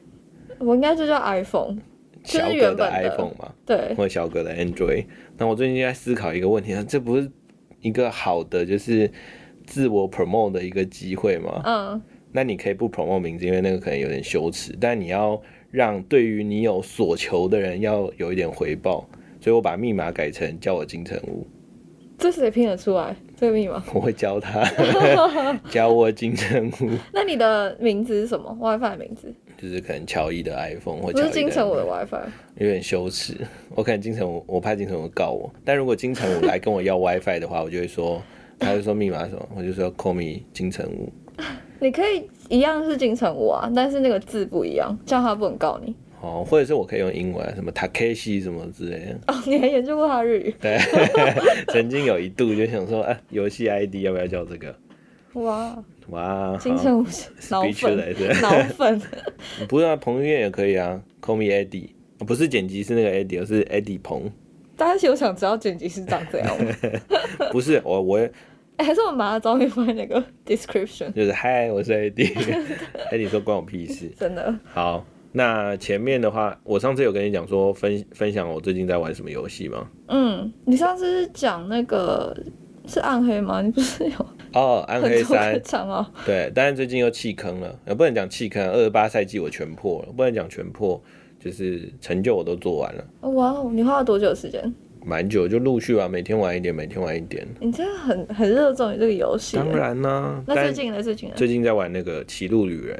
我应该就叫 iPhone。就是小原本哥的 iPhone 嘛，对，或者小哥的 Android。那我最近在思考一个问题，这不是一个好的就是自我 promote 的一个机会吗？嗯，那你可以不 promote 名字，因为那个可能有点羞耻，但你要让对于你有所求的人要有一点回报。所以我把密码改成叫我金城武，这谁拼得出来这个密码？我会教他 *laughs* 教我金城武，那你的名字是什么？WiFi 的名字就是可能乔伊的 iPhone 或不乔是伊金城武的 WiFi。有点羞耻。我可能金城武，我怕金城武告我，但如果金城武来跟我要 WiFi 的话，我就会说，他就说密码是什么，我就说 call me 金城武。你可以一样是金城武啊，但是那个字不一样，这样他不能告你。哦，或者是我可以用英文啊，什么 Takeshi 什么之类的。哦，你还研究过他日语？对， *laughs* 曾经有一度就想说，啊，游戏 ID 要不要叫这个？哇，哇，金好城武是脑粉， speechless 脑粉。不是啊，彭于晏也可以啊，Call me Eddie，哦不是剪辑是那个 Eddie，而是 Eddie 彭，大家有想知道剪辑师长怎样 *laughs* 吗？不是我，我哎、还是我们把它照片放在那个 description，就是嗨，我是 Eddie，Eddie 说关我屁事。真的。好，那前面的话，我上次有跟你讲说分分享我最近在玩什么游戏吗？嗯，你上次是讲那个是暗黑吗？你不是有哦，暗黑很多三个，账号？对，但是最近又弃坑了，呃，不能讲弃坑，二十八赛季我全破了，不能讲全破，就是成就我都做完了，哇哦，你花了多久的时间？蛮久，就陆续玩，啊每天玩一点，每天玩一点。你真的很很热衷于这个游戏。当。然啦、那最但近呢？最近呢？最近在玩那个《歧路旅人》，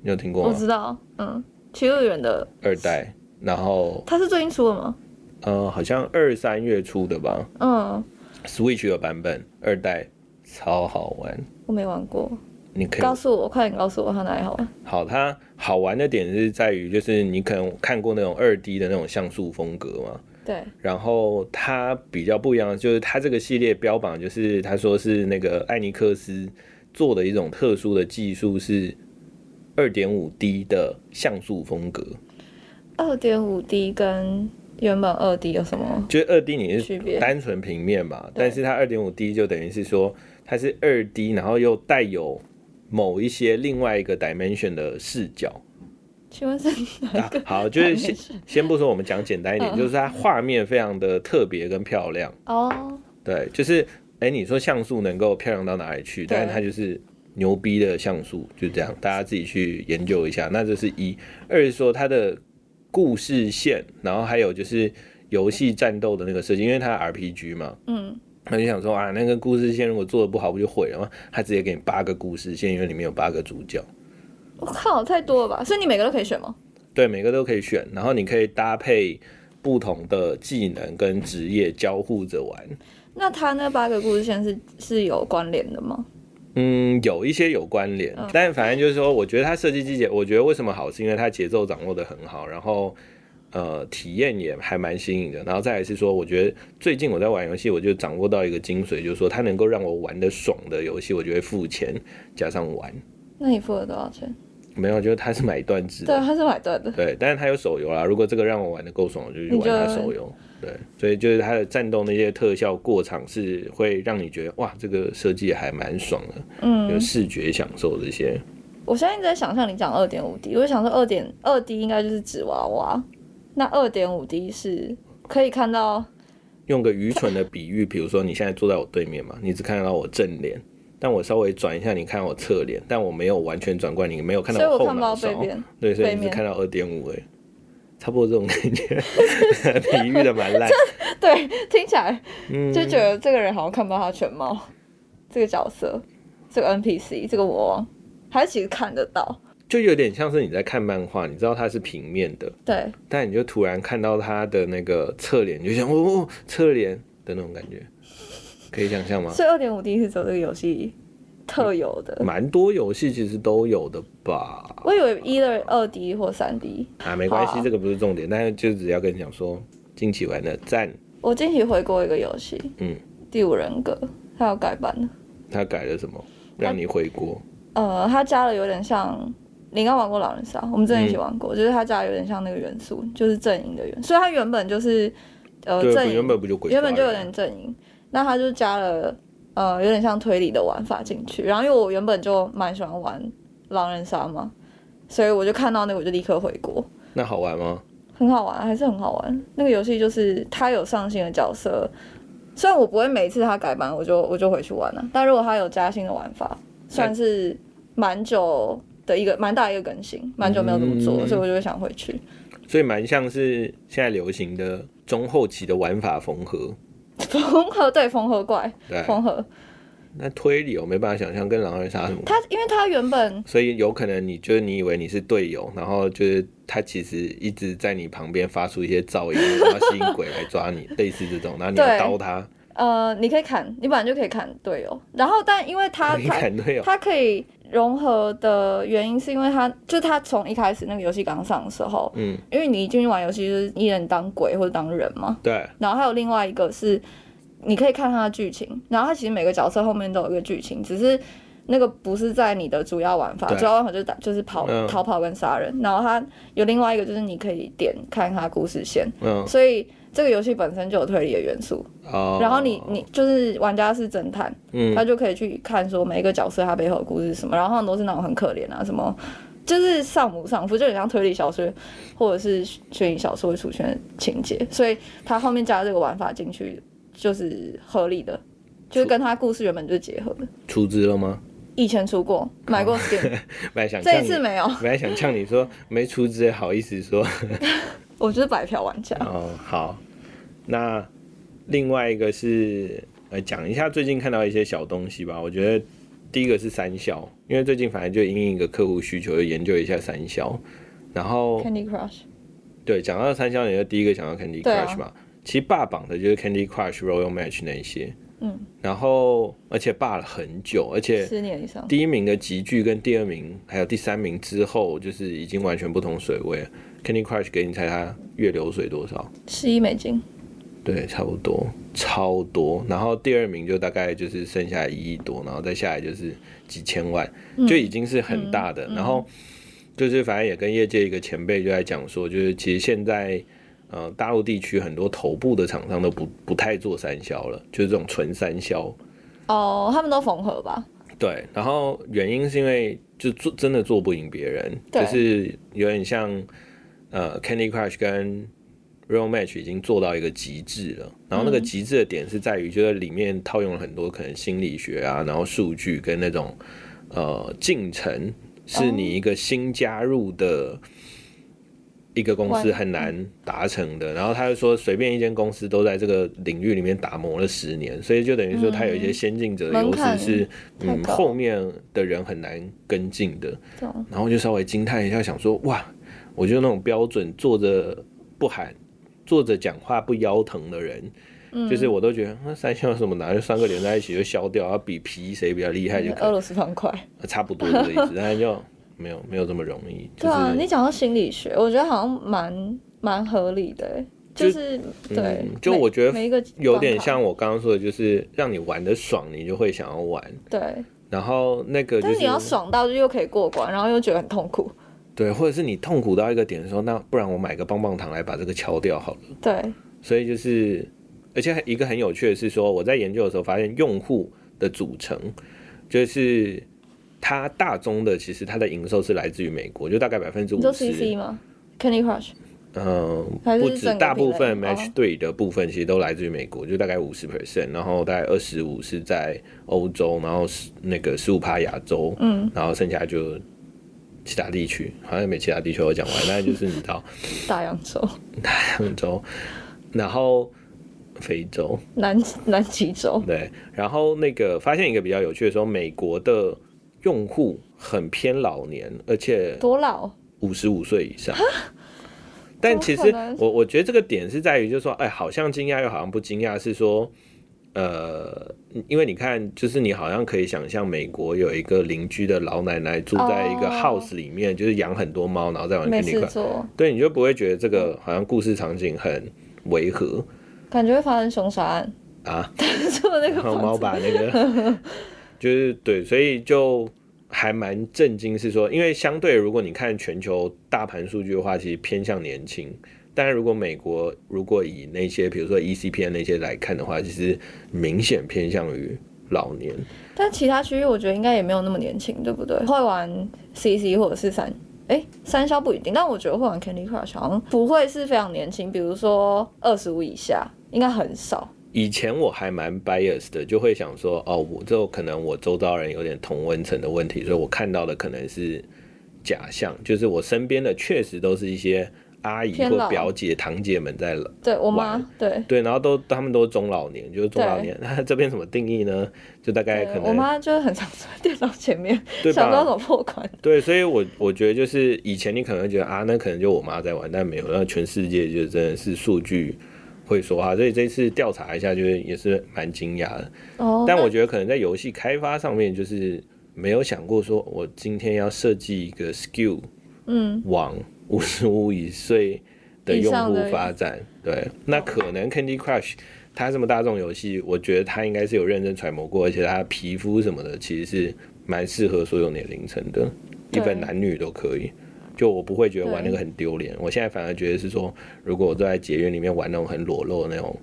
你有听过我吗？知道，嗯，骑路人的二代，然后他是最近出的吗？呃，好像二三月初的吧嗯， ，Switch 的版本，二代超好玩，我没玩过，你可以告诉我，快点告诉我它哪里好玩。好，它好玩的点是在于，就是你可能看过那种二 D 的那种像素风格嘛，对，然后它比较不一样，就是它这个系列标榜就是他说是那个艾尼克斯做的一种特殊的技术是二点五 D 的像素风格，二点五 D 跟原本二 D 有什么？就是二 D 你区是别单纯平面嘛，对但是它二点五 D 就等于是说它是二 D，然后又带有某一些另外一个 dimension 的视角。 *laughs* 请问是哪一啊个？好，就是没先事先不说，我们讲简单一点，嗯就是它画面非常的特别跟漂亮。哦，对，就是哎、你说像素能够漂亮到哪里去？对但是它就是牛逼的像素，就这样，大家自己去研究一下。那这是一，二是说它的故事线，然后还有就是游戏战斗的那个设计，因为它 RPG 嘛，嗯，他就想说啊，那个故事线如果做的不好，不就毁了吗？他直接给你八个故事线，因为里面有八个主角，我靠，太多了吧？所以你每个都可以选吗？对，每个都可以选，然后你可以搭配不同的技能跟职业交互着玩。那他那八个故事线是是有关联的吗？嗯，有一些有关联，嗯但反正就是说，我觉得它设计季节，我觉得为什么好，是因为它节奏掌握的很好，然后呃，体验也还蛮新颖的。然后再来是说，我觉得最近我在玩游戏，我就掌握到一个精髓，就是说它能够让我玩的爽的游戏，我就会付钱加上玩。那你付了多少钱？没有，就是它是买断制对，啊的，他是买断的。对，但是它有手游啦。如果这个让我玩的够爽，我就去你玩就它手游。对，所以就是它的战斗那些特效过场是会让你觉得哇，这个设计还蛮爽的，嗯有，视觉享受这些。我现在一直在想象你讲二点五 D，我就想说二点二 D 应该就是纸娃娃，那二点五 D 是可以看到用个愚蠢的比喻，比如说你现在坐在我对面嘛，你只看得到我正脸，但我稍微转一下，你看到我侧脸，但我没有完全转过来，你没有看所以到我后看不到脑背勺，面。对，所以背你只面看到二点五哎，差不多这种感觉， *laughs* 比喻的 *laughs* 蛮烂，对，听起来嗯，就觉得这个人好像看不到他全貌，这个角色，这个 NPC，这个魔王，他其实看得到。就有点像是你在看漫画，你知道它是平面的，对，但你就突然看到它的那个侧脸，你就想哦哦侧脸的那种感觉，可以想 *laughs* 象吗？所以二点五 D 是走这个游戏特有的。蛮多游戏其实都有的吧，我以为一的二 D 或三 D，啊，没关好系，这个不是重点，但是就只要跟你讲说，近期玩的赞，我近期回过一个游戏，嗯，第五人格，它要改版了。他改了什么，让你回国？呃，它加了有点像，你刚玩过狼人杀，我们之前嗯一起玩过，就是它加了有点像那个元素，就是阵营的元素。所以它原本就是呃对，阵不营，原本不就鬼抓原人，本就有点阵营，那他就加了呃有点像推理的玩法进去。然后因为我原本就蛮喜欢玩狼人杀嘛，所以我就看到那个我就立刻回国，那好玩吗？很好玩，还是很好玩。那个游戏就是它有上新的角色，虽然我不会每次它改版我就我就回去玩了、但如果它有加新的玩法，算是蛮久的一个蛮大一个更新，蛮久没有这么做，嗯所以我就会想回去。 *laughs* 所以蛮像是现在流行的中后期的玩法缝合。缝合呃对缝合怪对，啊缝合，那推理我没办法想象跟狼人杀什么，它因为它原本所以有可能你就是你以为你是队友，然后就是他其实一直在你旁边发出一些噪音，然后吸引鬼来抓你，类似这种，然后你要对刀他，呃，你可以砍，你本来就可以砍队友，然后但因为他啊你他砍队友，他可以融合的原因是因为他就他从一开始那个游戏刚上的时候，嗯，因为你进去玩游戏就是一人当鬼或者当人嘛，对，然后还有另外一个是你可以看他的剧情，然后他其实每个角色后面都有一个剧情，只是那个不是在你的主要玩法，对主要玩法就是打就是跑、嗯逃跑跟杀人，然后他有另外一个就是你可以点看他故事线，嗯，所以这个游戏本身就有推理的元素，哦，然后你你就是玩家是侦探，嗯他就可以去看说每一个角色他背后的故事是什么，然后他们都是那种很可怜啊，什么就是丧母丧夫，就很像推理小说或者是悬疑小说会出现的情节，所以他后面加这个玩法进去就是合理的，就是跟他故事原本就是结合的。出资了吗？以前出过，买 *laughs* 过 Steam，本来想这呛一你，次没有， *laughs* 本来想呛你说没出资，好意思说我就是白嫖玩家。哦好。那另外一个是呃讲一下最近看到一些小东西吧。我觉得第一个是三消，因为最近反正就因应一个客户需求，就研究一下三消。然后 Candy Crush，对讲到三消，你就第一个想到 Candy 对啊 Crush 嘛。其实霸榜的就是 Candy Crush、Royal Match 那一些，嗯，然后而且霸了很久，而且十年以上，第一名的集聚跟第二名还有第三名之后，就是已经完全不同水位了。Candy Crush 给你猜它月流水多少？十一美金，对，差不多，超多。然后第二名就大概就是剩下一亿多，然后再下来就是几千万，就已经是很大的。然后就是反正也跟业界一个前辈就在讲说，就是其实现在呃大陆地区很多头部的厂商都不不太做三销了，就是这种纯三销。哦，他们都缝合吧？对，然后原因是因为就做真的做不赢别人，对就是有点像呃 Candy Crush 跟 Real Match 已经做到一个极致了。然后那嗯个极致的点是在于，就是里面套用了很多可能心理学啊，然后数据跟那种哦呃进程，是你一个新加入的一个公司很难达成的。然后他就说，随便一间公司都在这个领域里面打磨了十年，所以就等于说他有一些先进者的嗯优门槛势是，太嗯，高后面的人很难跟进的。懂然后就稍微惊叹一下，想说哇，我就那种标准坐着不喊、坐着讲话不腰疼的人，嗯就是我都觉得那三项有什么难，就三个连在一起就消掉，然后比皮谁比较厉害就可俄以，罗斯方块。差不多这个意思，但是就没有没有这么容易，就对啊，你是。讲到心理学，我觉得好像蛮蛮合理的欸，就就是对嗯，就每我觉得每一个有关点卡像我刚刚说的，就是让你玩的爽，你就会想要玩。对，然后那个就但是你要爽到就又可以过关，然后又觉得很痛苦，对，或者是你痛苦到一个点的时候，那不然我买个棒棒糖来把这个敲掉好了。对，所以就是，而且一个很有趣的是说，我在研究的时候发现，用户的组成就是它大宗的，其实它的营收是来自于美国，就大概百分之你五说 CC 十。吗？Candy Crush 嗯，还是不止整个大部品类分哦 match 对的部分，其实都来自于美国，就大概五十 percent，然后大概二十五是在欧洲，然后十那个十五趴亚洲，嗯，然后剩下就其他地区，好像没其他地区我讲完，但就是你知道 *laughs* 大洋洲、欧洲，然后非洲， *laughs* 南南极洲，对，然后那个发现一个比较有趣的说，美国的用户很偏老年，而且多老？五十五岁以上。但其怎么实可能我我觉得这个点是在于，就是说，哎，好像惊讶又好像不惊讶，是说，呃，因为你看，就是你好像可以想象，美国有一个邻居的老奶奶住在一个哦 house 里面，就是养很多猫，然后再玩没 Candy 事嗯 Crush，做，对，你就不会觉得这个好像故事场景很违和感觉会发生凶杀案，啊。 *laughs* 就那个然后房猫子把那个 *laughs* 就是对，所以就还蛮震惊，是说，因为相对如果你看全球大盘数据的话，其实偏向年轻。但是如果美国如果以那些比如说 E ECPN 那些来看的话，其实明显偏向于老年。但其他区域我觉得应该也没有那么年轻，对不对？会玩 CC 或者是三，哎，三消不一定，但我觉得会玩 Candy Crush 好像不会是非常年轻，比如说二十五以下，应该很少。以前我还蛮 bias 的，就会想说，哦，我就可能我周遭人有点同温层的问题，所以我看到的可能是假象，就是我身边的确实都是一些阿姨偏或老表姐、堂姐们在对我妈玩，对，对，然后都他们都中老年，就是中老年。那这边怎么定义呢？就大概可对我能妈就是很常坐在电脑前面， *laughs* 对想不到怎吧？么破关。对，所以我我觉得就是以前你可能会觉得啊，那可能就我妈在玩，但没有，那全世界就真的是数据会说话。所以这次调查一下，就是也是蛮惊讶的。哦，但那我觉得可能在游戏开发上面，就是没有想过说我今天要设计一个 skill 嗯，往五十五以岁的用户发展。对，那可能 Candy Crush 它这么大众游戏，我觉得它应该是有认真揣摩过，而且它皮肤什么的其实是蛮适合所有年龄层的，一对般男女都可以。就我不会觉得玩那对个很丢脸，我现在反而觉得是说，如果我都在节约里面玩那种很裸露的那种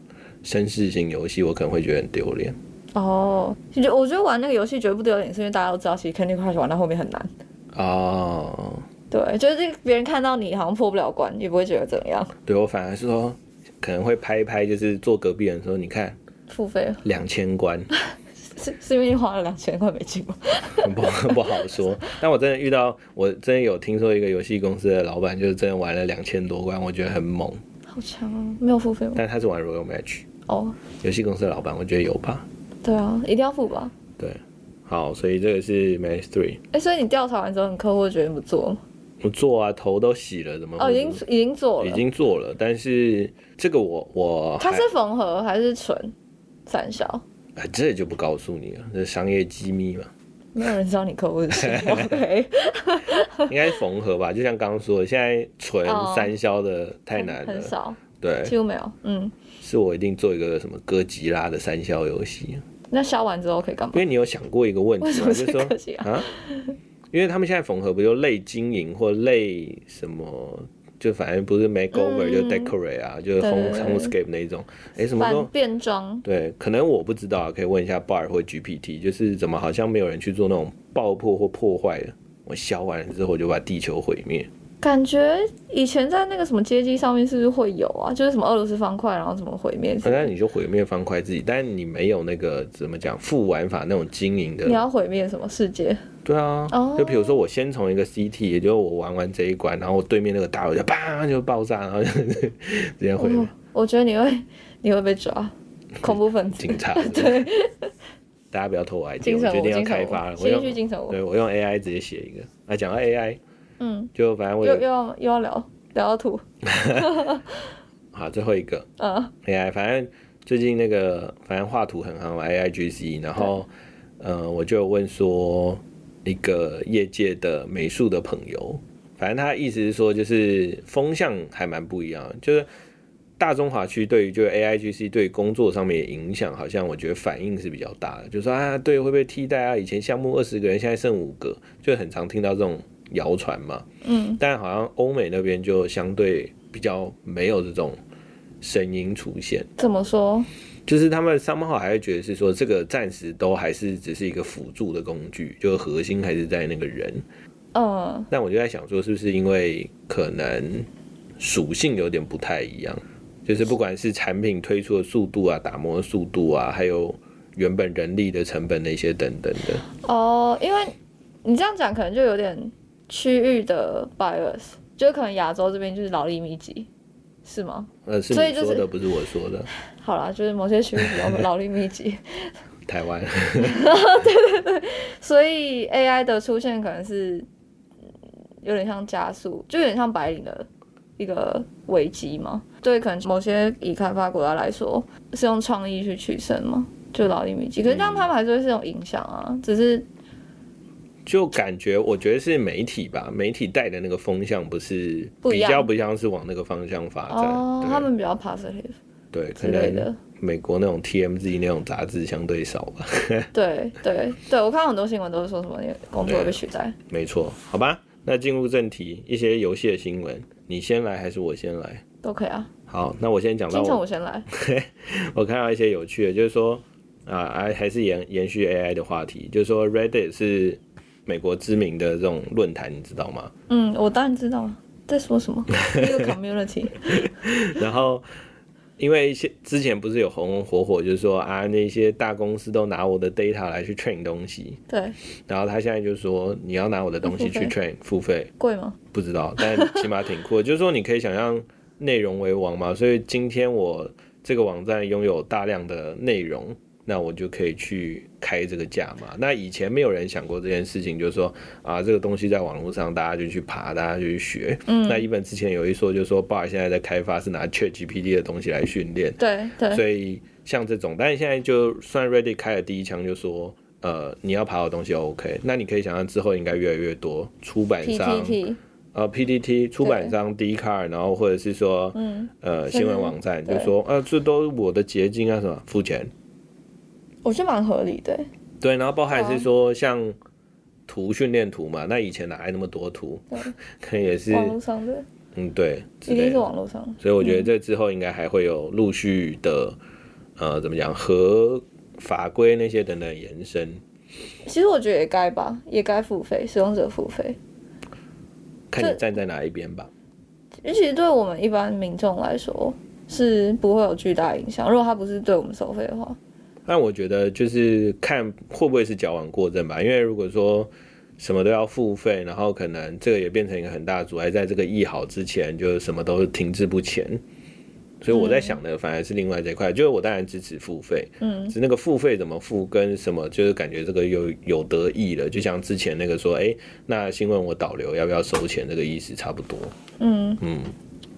绅士型游戏，我可能会觉得很丢脸。哦，其实我觉得玩那个游戏绝不丢脸，是因为大家都知道，其实 Candy Crush 玩到后面很难。哦，对，就是别人看到你好像破不了关，也不会觉得怎样。对我反而是说，可能会拍一拍，就是坐隔壁人说，你看付费了两千关，是是因为你花了两千块美金吗？ *laughs* 不不好说。但我真的遇到，我真的有听说一个游戏公司的老板，就是真的玩了两千多关，我觉得很猛。好强哦！没有付费吗？但他是玩 Royal Match，哦，游戏公司的老板，我觉得有吧。对啊，一定要付吧？对，好，所以这个是 Match Three。哎、所以你调查完之后，你客户决定不做吗？我做啊，头都洗了，怎么会哦，已经已经做了。嗯已经做了，但是这个我我它还是缝合还是纯三小？啊这就不告诉你了，这是商业机密嘛，没有人知道你客户是 *laughs* 谁。OK， *laughs* 应该是缝合吧？就像刚刚说的，现在纯哦三消的太难很了，哎少，对，几乎没有。嗯，是我一定做一个什么哥吉拉的三消游戏。啊那消完之后可以干嘛因？为你有想过一个问为题什么吗？就是是说科技啊？啊，因为他们现在缝合不就类经营或类什么，就反正不是 makeover、嗯就 decorate 啊，就是对 home 对对 homescape 那一种。哎、什么时反候？变装对，可能我不知道啊，可以问一下 Bar 或 GPT，就是怎么好像没有人去做那种爆破或破坏的。我消完了之后，我就把地球毁灭。感觉以前在那个什么街机上面是不是会有啊？就是什么俄罗斯方块，然后怎么毁灭之类的？那你就毁灭方块自己，但你没有那个怎么讲副玩法那种经营的你，要毁灭什么世界？对啊哦，就比如说我先从一个 CT，也就是我玩完这一关，然后我对面那个大楼就啪就爆炸，然后就 *laughs* 直接毁灭我哦我觉得你会你会被抓，恐怖分子，*laughs* 警察。对，大家不要偷我 idea，精我神决我，定要精开神发了我，，我新一句用精神我，对我用 AI 直接写一个。啊，讲到 AI，嗯，就反正我又又有要又要聊聊到吐，好最后一个，嗯 AI，反正最近那个反正画图很行嘛，AIGC，然后呃，我就有问说一个业界的美术的朋友，反正他意思是说，就是风向还蛮不一样的，就是大中华区对于就是 AIGC 对工作上面的影响，好像我觉得反应是比较大的，就说啊，对，会被替代啊，以前项目二十个人，现在剩五个，就很常听到这种谣传嘛。嗯，但好像欧美那边就相对比较没有这种声音出现。怎么说？就是他们三号还会觉得是说，这个暂时都还是只是一个辅助的工具，就核心还是在那个人。嗯，但我就在想说，是不是因为可能属性有点不太一样，就是不管是产品推出的速度啊、打磨的速度啊，还有原本人力的成本那些等等的。哦，因为你这样讲可能就有点区域的 bias，就是可能亚洲这边就是劳力密集，是吗？呃，是所以你就是说的，不是我说的。好啦，就是某些区域比较劳力密集， *laughs* 台湾所以 AI 的出现可能是嗯有点像加速，就有点像白领的一个危机嘛。对，可能某些已开发国家来说是用创意去取胜嘛，就劳力密集。可是这样他们还是会是有影响啊，只是就感觉，我觉得是媒体吧，媒体带的那个风向不是不一比样较不像是往那个方向发展。哦，对他们比较 *laughs* positive 对，之可类能的。美国那种 TMZ 那种杂志相对少吧。对对 *laughs* 对，我看到很多新闻都是说什么你的工作被取代。没错，好吧，那进入正题，一些游戏的新闻，你先来还是我先来？都可以啊，好，那我先讲到金城我我先来。我看到一些有趣的，就是说啊，还还是延延续 AI 的话题，就是说 Reddit 是美国知名的这种论坛，你知道吗？ *laughs* 嗯，我当然知道啊，在说什么，一个 community。然后因为一些之前不是有红红火火，就是说啊，那些大公司都拿我的 data 来去 train 东西，对，然后他现在就说你要拿我的东西去付 train 付费，贵吗？不知道，但起码挺酷的。就是说，你可以想象内容为王嘛， *laughs* 所以今天我这个网站拥有大量的内容，那我就可以去开这个价嘛。那以前没有人想过这件事情，就是说啊，这个东西在网络上大家就去爬，大家就去学。嗯那一本之前有一说，就是说 Bar 现在在开发是拿 ChatGPT 的东西来训练，对对，所以像这种，但是现在就算 Ready 开了第一枪，就说。呃，你要爬的东西 OK，那你可以想象之后应该越来越多出版商 PTT，呃 PDT 出版商 d c a r 然后或者是说嗯，呃甚至新闻网站，就对说呃这都是我的结晶啊什么付钱，我觉得蛮合理的欸。对，然后包含对啊是说像图训练图嘛，那以前哪来那么多图 *laughs* 对，可能也是网络上的嗯对之哦一定类是嗯的，网络上的，所以我觉得这之后应该还会有陆续的呃怎么讲和法规那些等等延伸，其实我觉得也该吧，也该付费，使用者付费。看这你站在哪一边吧。尤其对我们一般民众来说是不会有巨大影响，如果他不是对我们收费的话，但我觉得就是看会不会是矫枉过正吧，因为如果说什么都要付费，然后可能这个也变成一个很大的阻碍，在这个议好之前，就是什么都停滞不前。所以我在想的反而是另外这一块，就是我当然支持付费，嗯只是那个付费怎么付跟什么，就是感觉这个有有得意了，就像之前那个说，哎、那新闻我导流要不要收钱这个意思差不多，嗯，嗯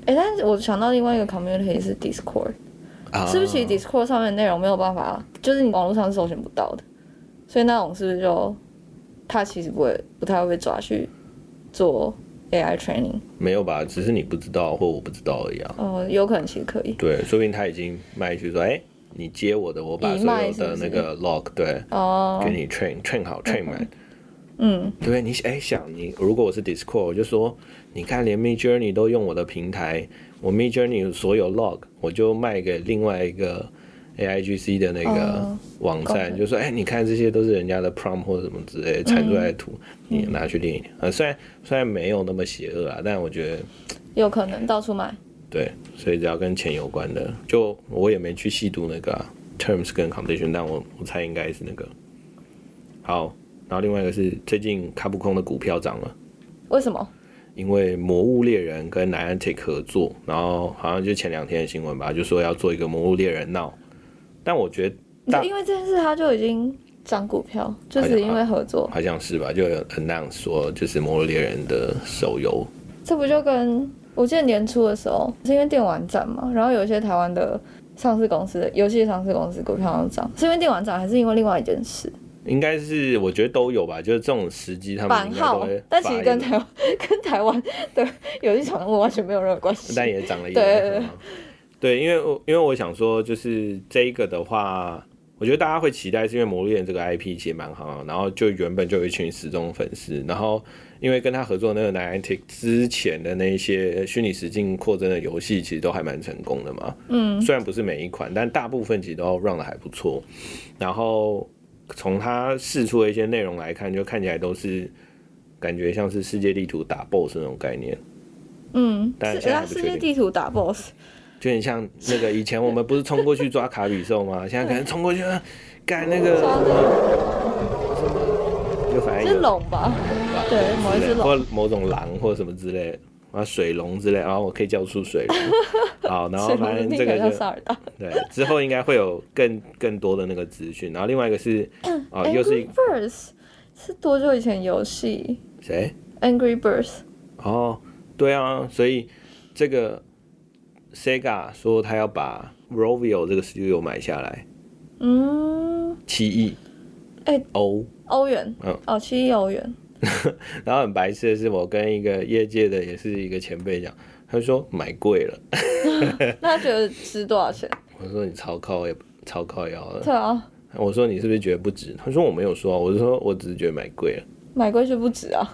诶，但是我想到另外一个 community 是 Discord。啊，是不是其实 Discord 上面的内容没有办法，就是你网络上是搜寻不到的，所以那种是不是就他其实不会不太会被抓去做 AI training？没有吧？只是你不知道或我不知道而已啊。呃，有可能其实可以对，说不定他已经卖去说，哎、你接我的，我把已所卖有是不的是那个 log 对，哦给，你 train train 好 train 满。嗯，对你哎、想你，如果我是 Discord，我就说，你看连 Mid Journey 都用我的平台，我 Mid Journey 所有 log 我就卖给另外一个 AIGC 的那个哦网站，功能就说哎，你看这些都是人家的 prompt 或者什么之嗯类产出来的图，你拿去练一练。呃，虽然虽然没有那么邪恶啊，但我觉得有可能到处买。对，所以只要跟钱有关的，就我也没去细读那个啊、terms 跟 condition，但我我猜应该是那个。好，然后另外一个是最近卡布空的股票涨了。为什么？因为《魔物猎人》跟 Niantic 合作，然后好像就前两天的新闻吧，就说要做一个《魔物猎人》闹，但我觉得大因为这件事他就已经涨股票，就哎是呀因为合作，好像是吧，就有 announce 说就是《魔物猎人》的手游，这不就跟我记得年初的时候是因为电玩展嘛，然后有一些台湾的上市公司的游戏上市公司股票上涨，是因为电玩展还是因为另外一件事？应该是我觉得都有吧，就是这种时机他们版应该都号会，但其发实一跟个台湾跟台湾的游戏场完全没有任何关系。 *laughs* 但也涨了一对点。对对是吗对，因为我因为我想说，就是这一个的话，我觉得大家会期待，是因为《魔力人》这个 IP 其实蛮好，然后就原本就有一群死忠粉丝，然后因为跟他合作的那个 Niantic 之前的那一些虚拟实境扩增的游戏，其实都还蛮成功的嘛。嗯，虽然不是每一款，但大部分其实都让的还不错。然后从他试出的一些内容来看，就看起来都是感觉像是世界地图打 BOSS 那种概念。嗯，但是现在还那不世确界定地图打 BOSS，就很像那个以前我们不是冲过去抓卡比兽吗？现在可能冲过去啊干那抓个，的就反正是有龙吧？对，某一只龙。或某种狼或什么之类的，啊水龙之类，然后我可以叫出水 *laughs* 龙。好，然后水龙反的正那这个个叫就萨尔达，对，之后应该会有更更多的那个资讯。然后另外一 *coughs* 个是哦，又是 Angry 一 Birds 是多久以前游戏谁？ ？Angry Birds 哦，对啊，所以这个 Sega 说他要把 Rovio 这个 studio 买下来，嗯，七亿，哎欧。欧元，嗯哦，七亿欧元，然后很白痴的是，我跟一个业界的也是一个前辈讲，他就说买贵了，那他觉得值多少钱？我说你超靠也超靠腰了，对啊，我说你是不是觉得不值？他说我没有说啊，我就说我只是觉得买贵了，买过去不止啊。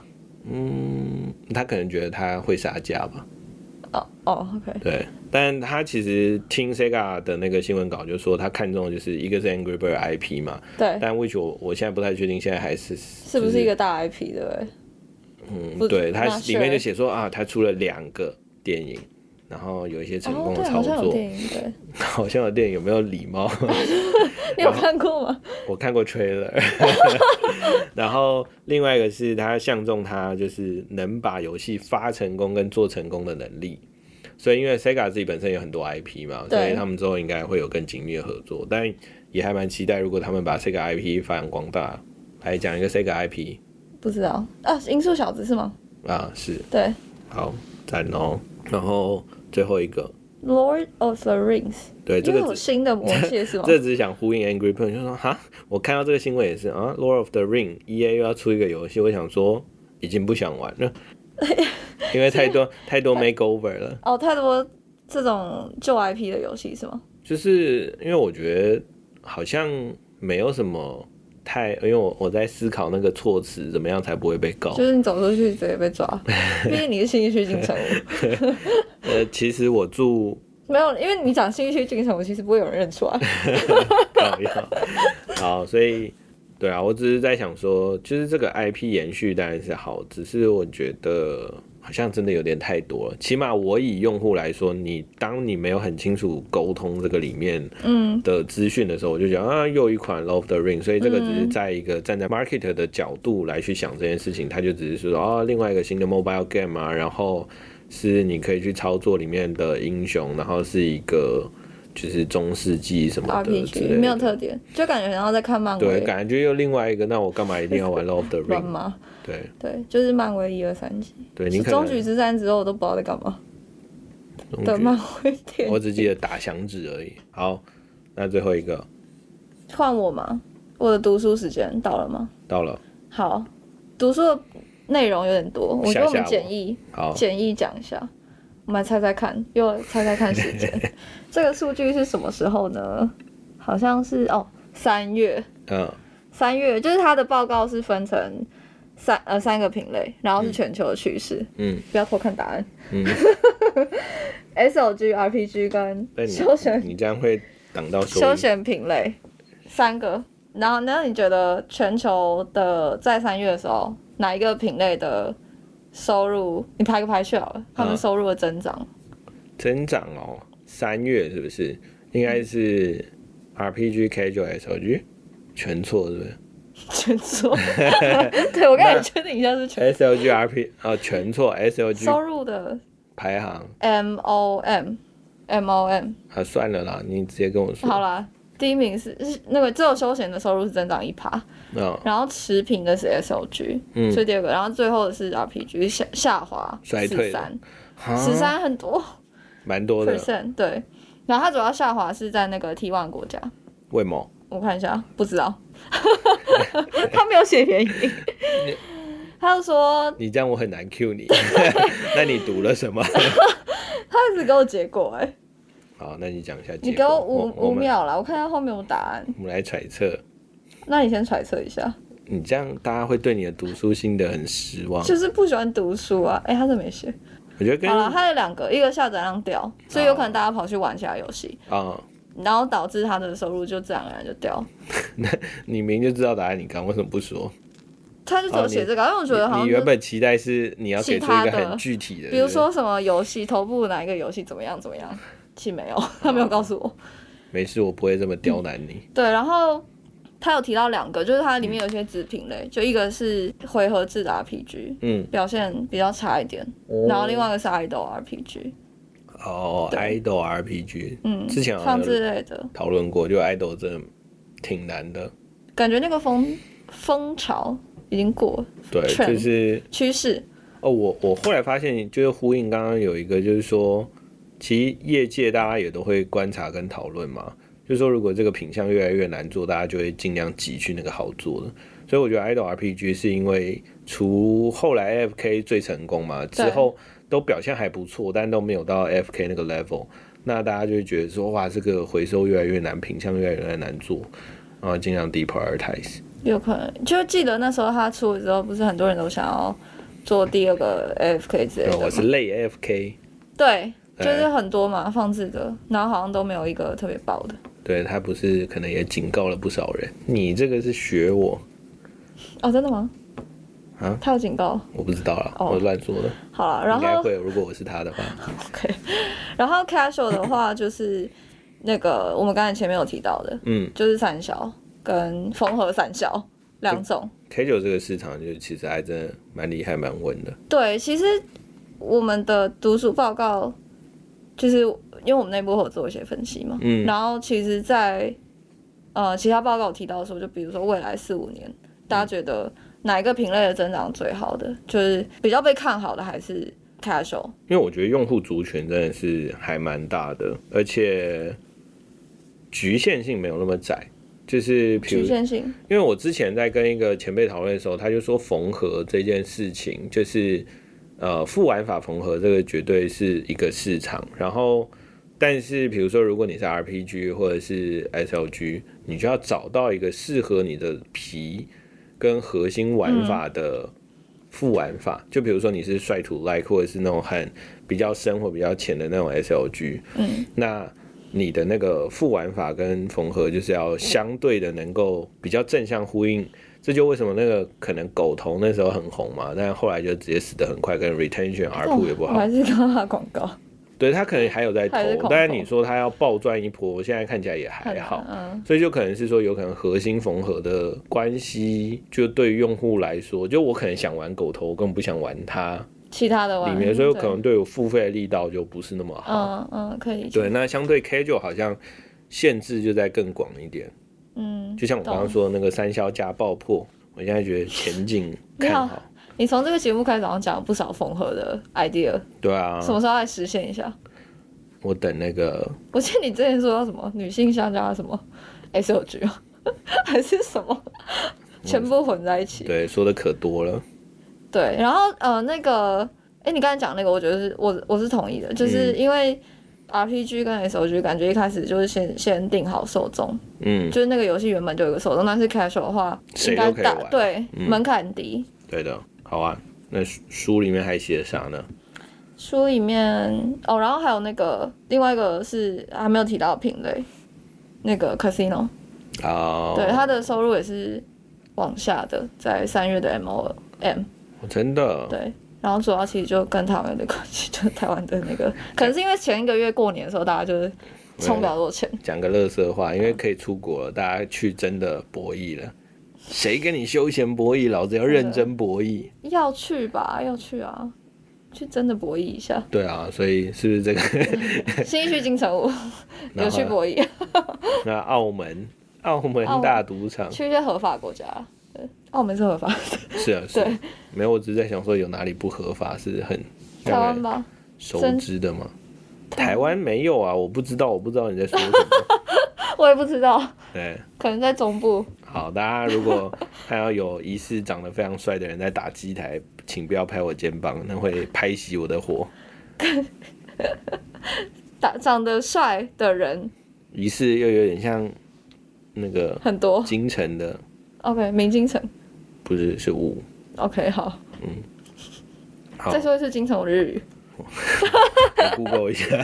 嗯，他可能觉得他会杀价吧，哦哦，OK，对，但他其实听 Sega 的那个新闻稿就说他看中的就是一个是 Angry Bird IP 嘛，对，但 which 我我现在不太确定现在还是是是不是一个大 IP 对不对？嗯，不对，它那里面就 sure 写说啊，他出了两个电影。然后有一些成哦功，的对，操好像有作，电影，对， *laughs* 好像有电影有没有礼貌？ *laughs* 你有看过吗？我看过 trailer，然后另外一个是他相中他就是能把游戏发成功跟做成功的能力，所以因为 Sega 自己本身有很多 IP 嘛，对所以他们之后应该会有更紧密的合作，但也还蛮期待如果他们把 Sega IP 发扬光大。来讲一个 Sega IP 不知道啊，《银树小子》是吗？啊，是对，好赞哦。然后最后一个， 《Lord of the Rings 对》这因为个有只新的魔戒是吗？ *laughs* 这只想呼应 Angry Bird，就说哈，我看到这个新闻也是啊，《Lord of the Ring》EA 又要出一个游戏，我想说已经不想玩 *laughs* 了，因为太啊多太多 makeover 了。哦，太多这种旧 IP 的游戏是吗？就是因为我觉得好像没有什么太，因为我我在思考那个措辞怎么样才不会被告就。是你走出去直接被 *laughs* 抓，毕竟你是新一区进城屋，呃，其实我住没有，因为你讲新一区进城屋，其实不会有人认出来。高要，哦好，所以对啊，我只是在想说，就是这个 IP 延续当然是好，只是我觉得好像真的有点太多了。起码我以用户来说，你当你没有很清楚沟通这个里面嗯，的资讯的时候，我就讲啊，又一款《Love the Ring》，所以这个只嗯是在一个站在 market 的角度来去想这件事情，它就只是说啊，另外一个新的 mobile game 啊，然后是你可以去操作里面的英雄，然后是一个。就是中世纪什么的之类 RPG 的没有特点，就感觉很像在看漫对，威感觉又另外一个，那我干嘛一定要玩 *laughs* Love the 乱 Ring？吗？对对，就是漫威一二三集，对，哎你可能终局之战之后我都不知道在干嘛终的局漫威电我影。只记得打响指而已。好，那最后一个换我吗？我的读书时间到了吗？到了，好，读书的内容有点多，我觉得我们吓吓我哦简易好，简易讲一下，我们来猜猜看，又猜猜看时间。 *laughs* 这个数据是什么时候呢？好像是哦，三月，嗯，三月就是它的报告是分成三呃三个品类，然后是全球的趋势。嗯不要偷看答案。嗯 *laughs* S O G R P G 跟被你休闲你这样会挡到收休音。闲品类三个。然后，那你觉得全球的在三月的时候，哪一个品类的收入？你排个排序好了，他们嗯收入的增长。 *laughs* 增长哦，三月是不是？应该是 RPG Casual SLG，全错是不是全 *laughs* 错。对，我刚才也确定一下是全？SLG RP 啊，全错 *laughs* SLG 收入的排行 M O M M O M。啊，算了啦，你直接跟我说。好啦，第一名是是那个只有休闲的收入是增长一趴，嗯，然后持平的是 S O G，嗯所以第二个，然后最后的是 R P G 下下滑衰十退了三啊十三很多蛮多的， percent 对，然后它主要下滑是在那个 T one 国家，为毛？我看一下，不知 *laughs* 道，他没有写原因，他就说你这样我很难 Q 你。 *laughs* 那你读了什么？ *laughs* 他一直给我结果、哎，好，那你讲一下结果。你给我我五我五们秒啦，我看一下后面有答案，我们来揣测，那你先揣测一下，你这样大家会对你的读书心得很失望。就是不喜欢读书啊，哎、他这没写。我觉得跟好了，啊、它有两个，一个下载量掉，所以有可能大家跑去玩其他游戏，啊然后导致他的收入就自然而然就掉。你明明就知道答案，你刚为什么不说？他就只有写这个，因为我觉得好啊像你原是，本期待是你要给其出一个他的很具体的，比如说什么游戏头部哪一个游戏怎么样怎 *laughs* 么样，其实没有， *laughs* 他没有告诉我。对不对没事，我不会这么刁难你。对，然后他有提到两个，就是它里面有一些子品类，就一个是回合制的 RPG，嗯，表现比较差一点，然后另外一个是 idol RPG，哦对，idol RPG，嗯，之前好像像之类的，讨论过，就 idol 真的挺难的，感觉那个风风潮已经过了对， Trend 就是趋势，哦，我我后来发现，就是呼应刚刚有一个，就是说，其实业界大家也都会观察跟讨论嘛，就是说，如果这个品相越来越难做，大家就会尽量挤去那个好做的。所以我觉得 idol RPG 是因为除后来 FK 最成功嘛，之对后都表现还不错，但都没有到 FK 那个 level，那大家就会觉得说，哇，这个回收越来越难，品相越来越难做，然后尽量 deprioritize。有可能，就记得那时候他出的时候，不是很多人都想要做第二个 AFK 之类呃的我是吗？累 FK，对，就对是很多嘛，放置的，然后好像都没有一个特别爆的。对他不是可能也警告了不少人，你这个是学我，哦，真的吗？啊他有警告。我不知道啦，哦我乱说的，好了，然应该后会。如果我是他的话， OK，然后 casual 的话就是那个我们刚才前面有提到的，嗯就是散销跟缝合散销两种。 ，K 九这个市场就是其实还真的蛮厉害蛮稳的，对，其实我们的读书报告，就是因为我们内部会有做一些分析嘛，嗯然后其实在，呃其他报告有提到说，就比如说未来四五年，嗯大家觉得哪一个品类的增长最好的，就是比较被看好的还是 casual，因为我觉得用户族群真的是还蛮大的，而且局限性没有那么窄，就是比局如限性，因为我之前在跟一个前辈讨论的时候，他就说缝合这件事情，就是呃副玩法缝合这个绝对是一个市场。然后，但是比如说如果你是 RPG 或者是 SLG，你就要找到一个适合你的皮跟核心玩法的副玩法。就比如说你是率土 like 或者是那种很比较深或比较浅的那种 SLG，嗯，那你的那个副玩法跟缝合就是要相对的能够比较正向呼应。这就为什么那个可能狗头那时候很红嘛，但后来就直接死得很快，跟 retention R 哦 p 也不我好。还是刚刚广告对他可能还有在投还是，恐但是同你说他要暴赚一波，现在看起来也还好。嗯，所以就可能是说，有可能核心缝合的关系，就对于用户来说，就我可能想玩狗头，我根本不想玩它其他的玩里面，所以可对能对我付费的力道就不是那么好。嗯嗯可以理解对，那相对 K 就好像限制就在更广一点，嗯，就像我刚刚懂说的那个三消加爆破，我现在觉得前景你好看好。你从这个节目开始好像讲了不少缝合的 idea，对啊什，么时候来实现一下？我等那个我记得你之前说到什么女性下家什么 S O G 啊， *laughs* 还是什么，全部混在一起。对说的可多了，对，然后呃，那个，哎、你刚才讲那个，我觉得是我我是同意的，就是嗯因为 R P G 跟 S O G 感觉一开始就是先先定好受众，嗯，就是那个游戏原本就有一个受众，但是 casual 的话，谁应都该可以大玩对、嗯门槛低。对的，好啊。那书书里面还写啥呢？书里面哦，然后还有那个另外一个是还没有提到的品类，那个 Casino，啊，对，它的收入也是往下的，在三月的 M O M，真的，对。然后主要其实就跟台湾的关系，就是台湾的那个，可能是因为前一个月过年的时候，大家就是充不了多钱，讲个乐色话，因为可以出国了，大家去真的博弈了。谁跟你休闲博弈？老子要认真博弈。要去吧，要去啊，去真的博弈一下。对啊，所以是不是这个？ *laughs* 新一区金城武有去博弈，那澳门，澳门大赌场 *laughs* 去一些合法国家，对，澳门是合法，是啊，是啊。没有，我只是在想说有哪里不合法是很台湾吧，熟真知的吗？台湾没有啊，我不知道，我不知道你在说什 *laughs* 么。我也不知道，对，可能在中部。好，大家如果看到有疑似长得非常帅的人在打机台，请不要拍我肩膀，那会拍熄我的火。长长得帅的人疑似又有点像那个很多京城的， ，OK，明金城不是是雾。 ，OK，好，好再说一次金城武的日语我，Google 一下。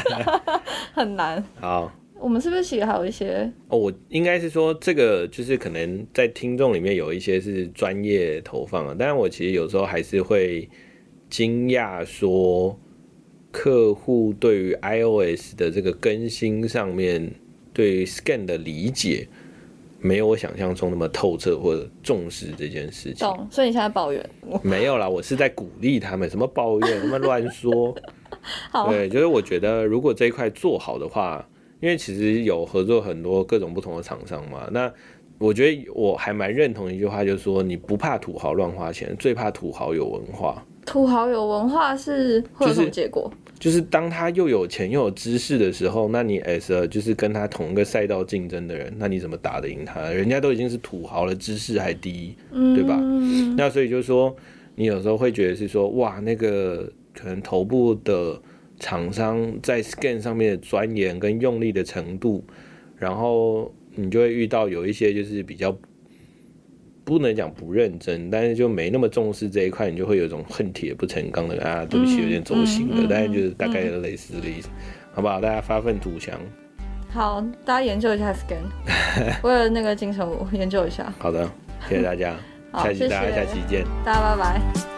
很难。好。我们是不是其实还有一些哦，我应该是说这个，就是可能在听众里面有一些是专业投放啊，但是我其实有时候还是会惊讶说，客户对于 iOS 的这个更新上面，对于 Scan 的理解，没有我想象中那么透彻或者重视这件事情。懂？所以你现在抱怨我，没有啦，我是在鼓励他们，什么抱怨，什么乱说。好对，就是我觉得如果这一块做好的话，因为其实有合作很多各种不同的厂商嘛，那我觉得我还蛮认同一句话，就是说你不怕土豪乱花钱，最怕土豪有文化。土豪有文化是会有什么结果？就是当他又有钱又有知识的时候，那你 as a 就是跟他同一个赛道竞争的人，那你怎么打得赢他？人家都已经是土豪了，知识还低，嗯，对吧那所以就是说，你有时候会觉得是说，哇，那个可能头部的厂商在 scan 上面的钻研跟用力的程度，然后你就会遇到有一些就是比较不能讲不认真，但是就没那么重视这一块，你就会有一种恨铁不成钢的啊，对不起，有点走心了，嗯嗯嗯但是就是大概类似的意思，好不好？大家发愤图强，好，大家研究一下 *laughs* scan，为了那个金城武研究一下。好的，谢谢大家，好下期谢谢大家下期见。大家拜拜。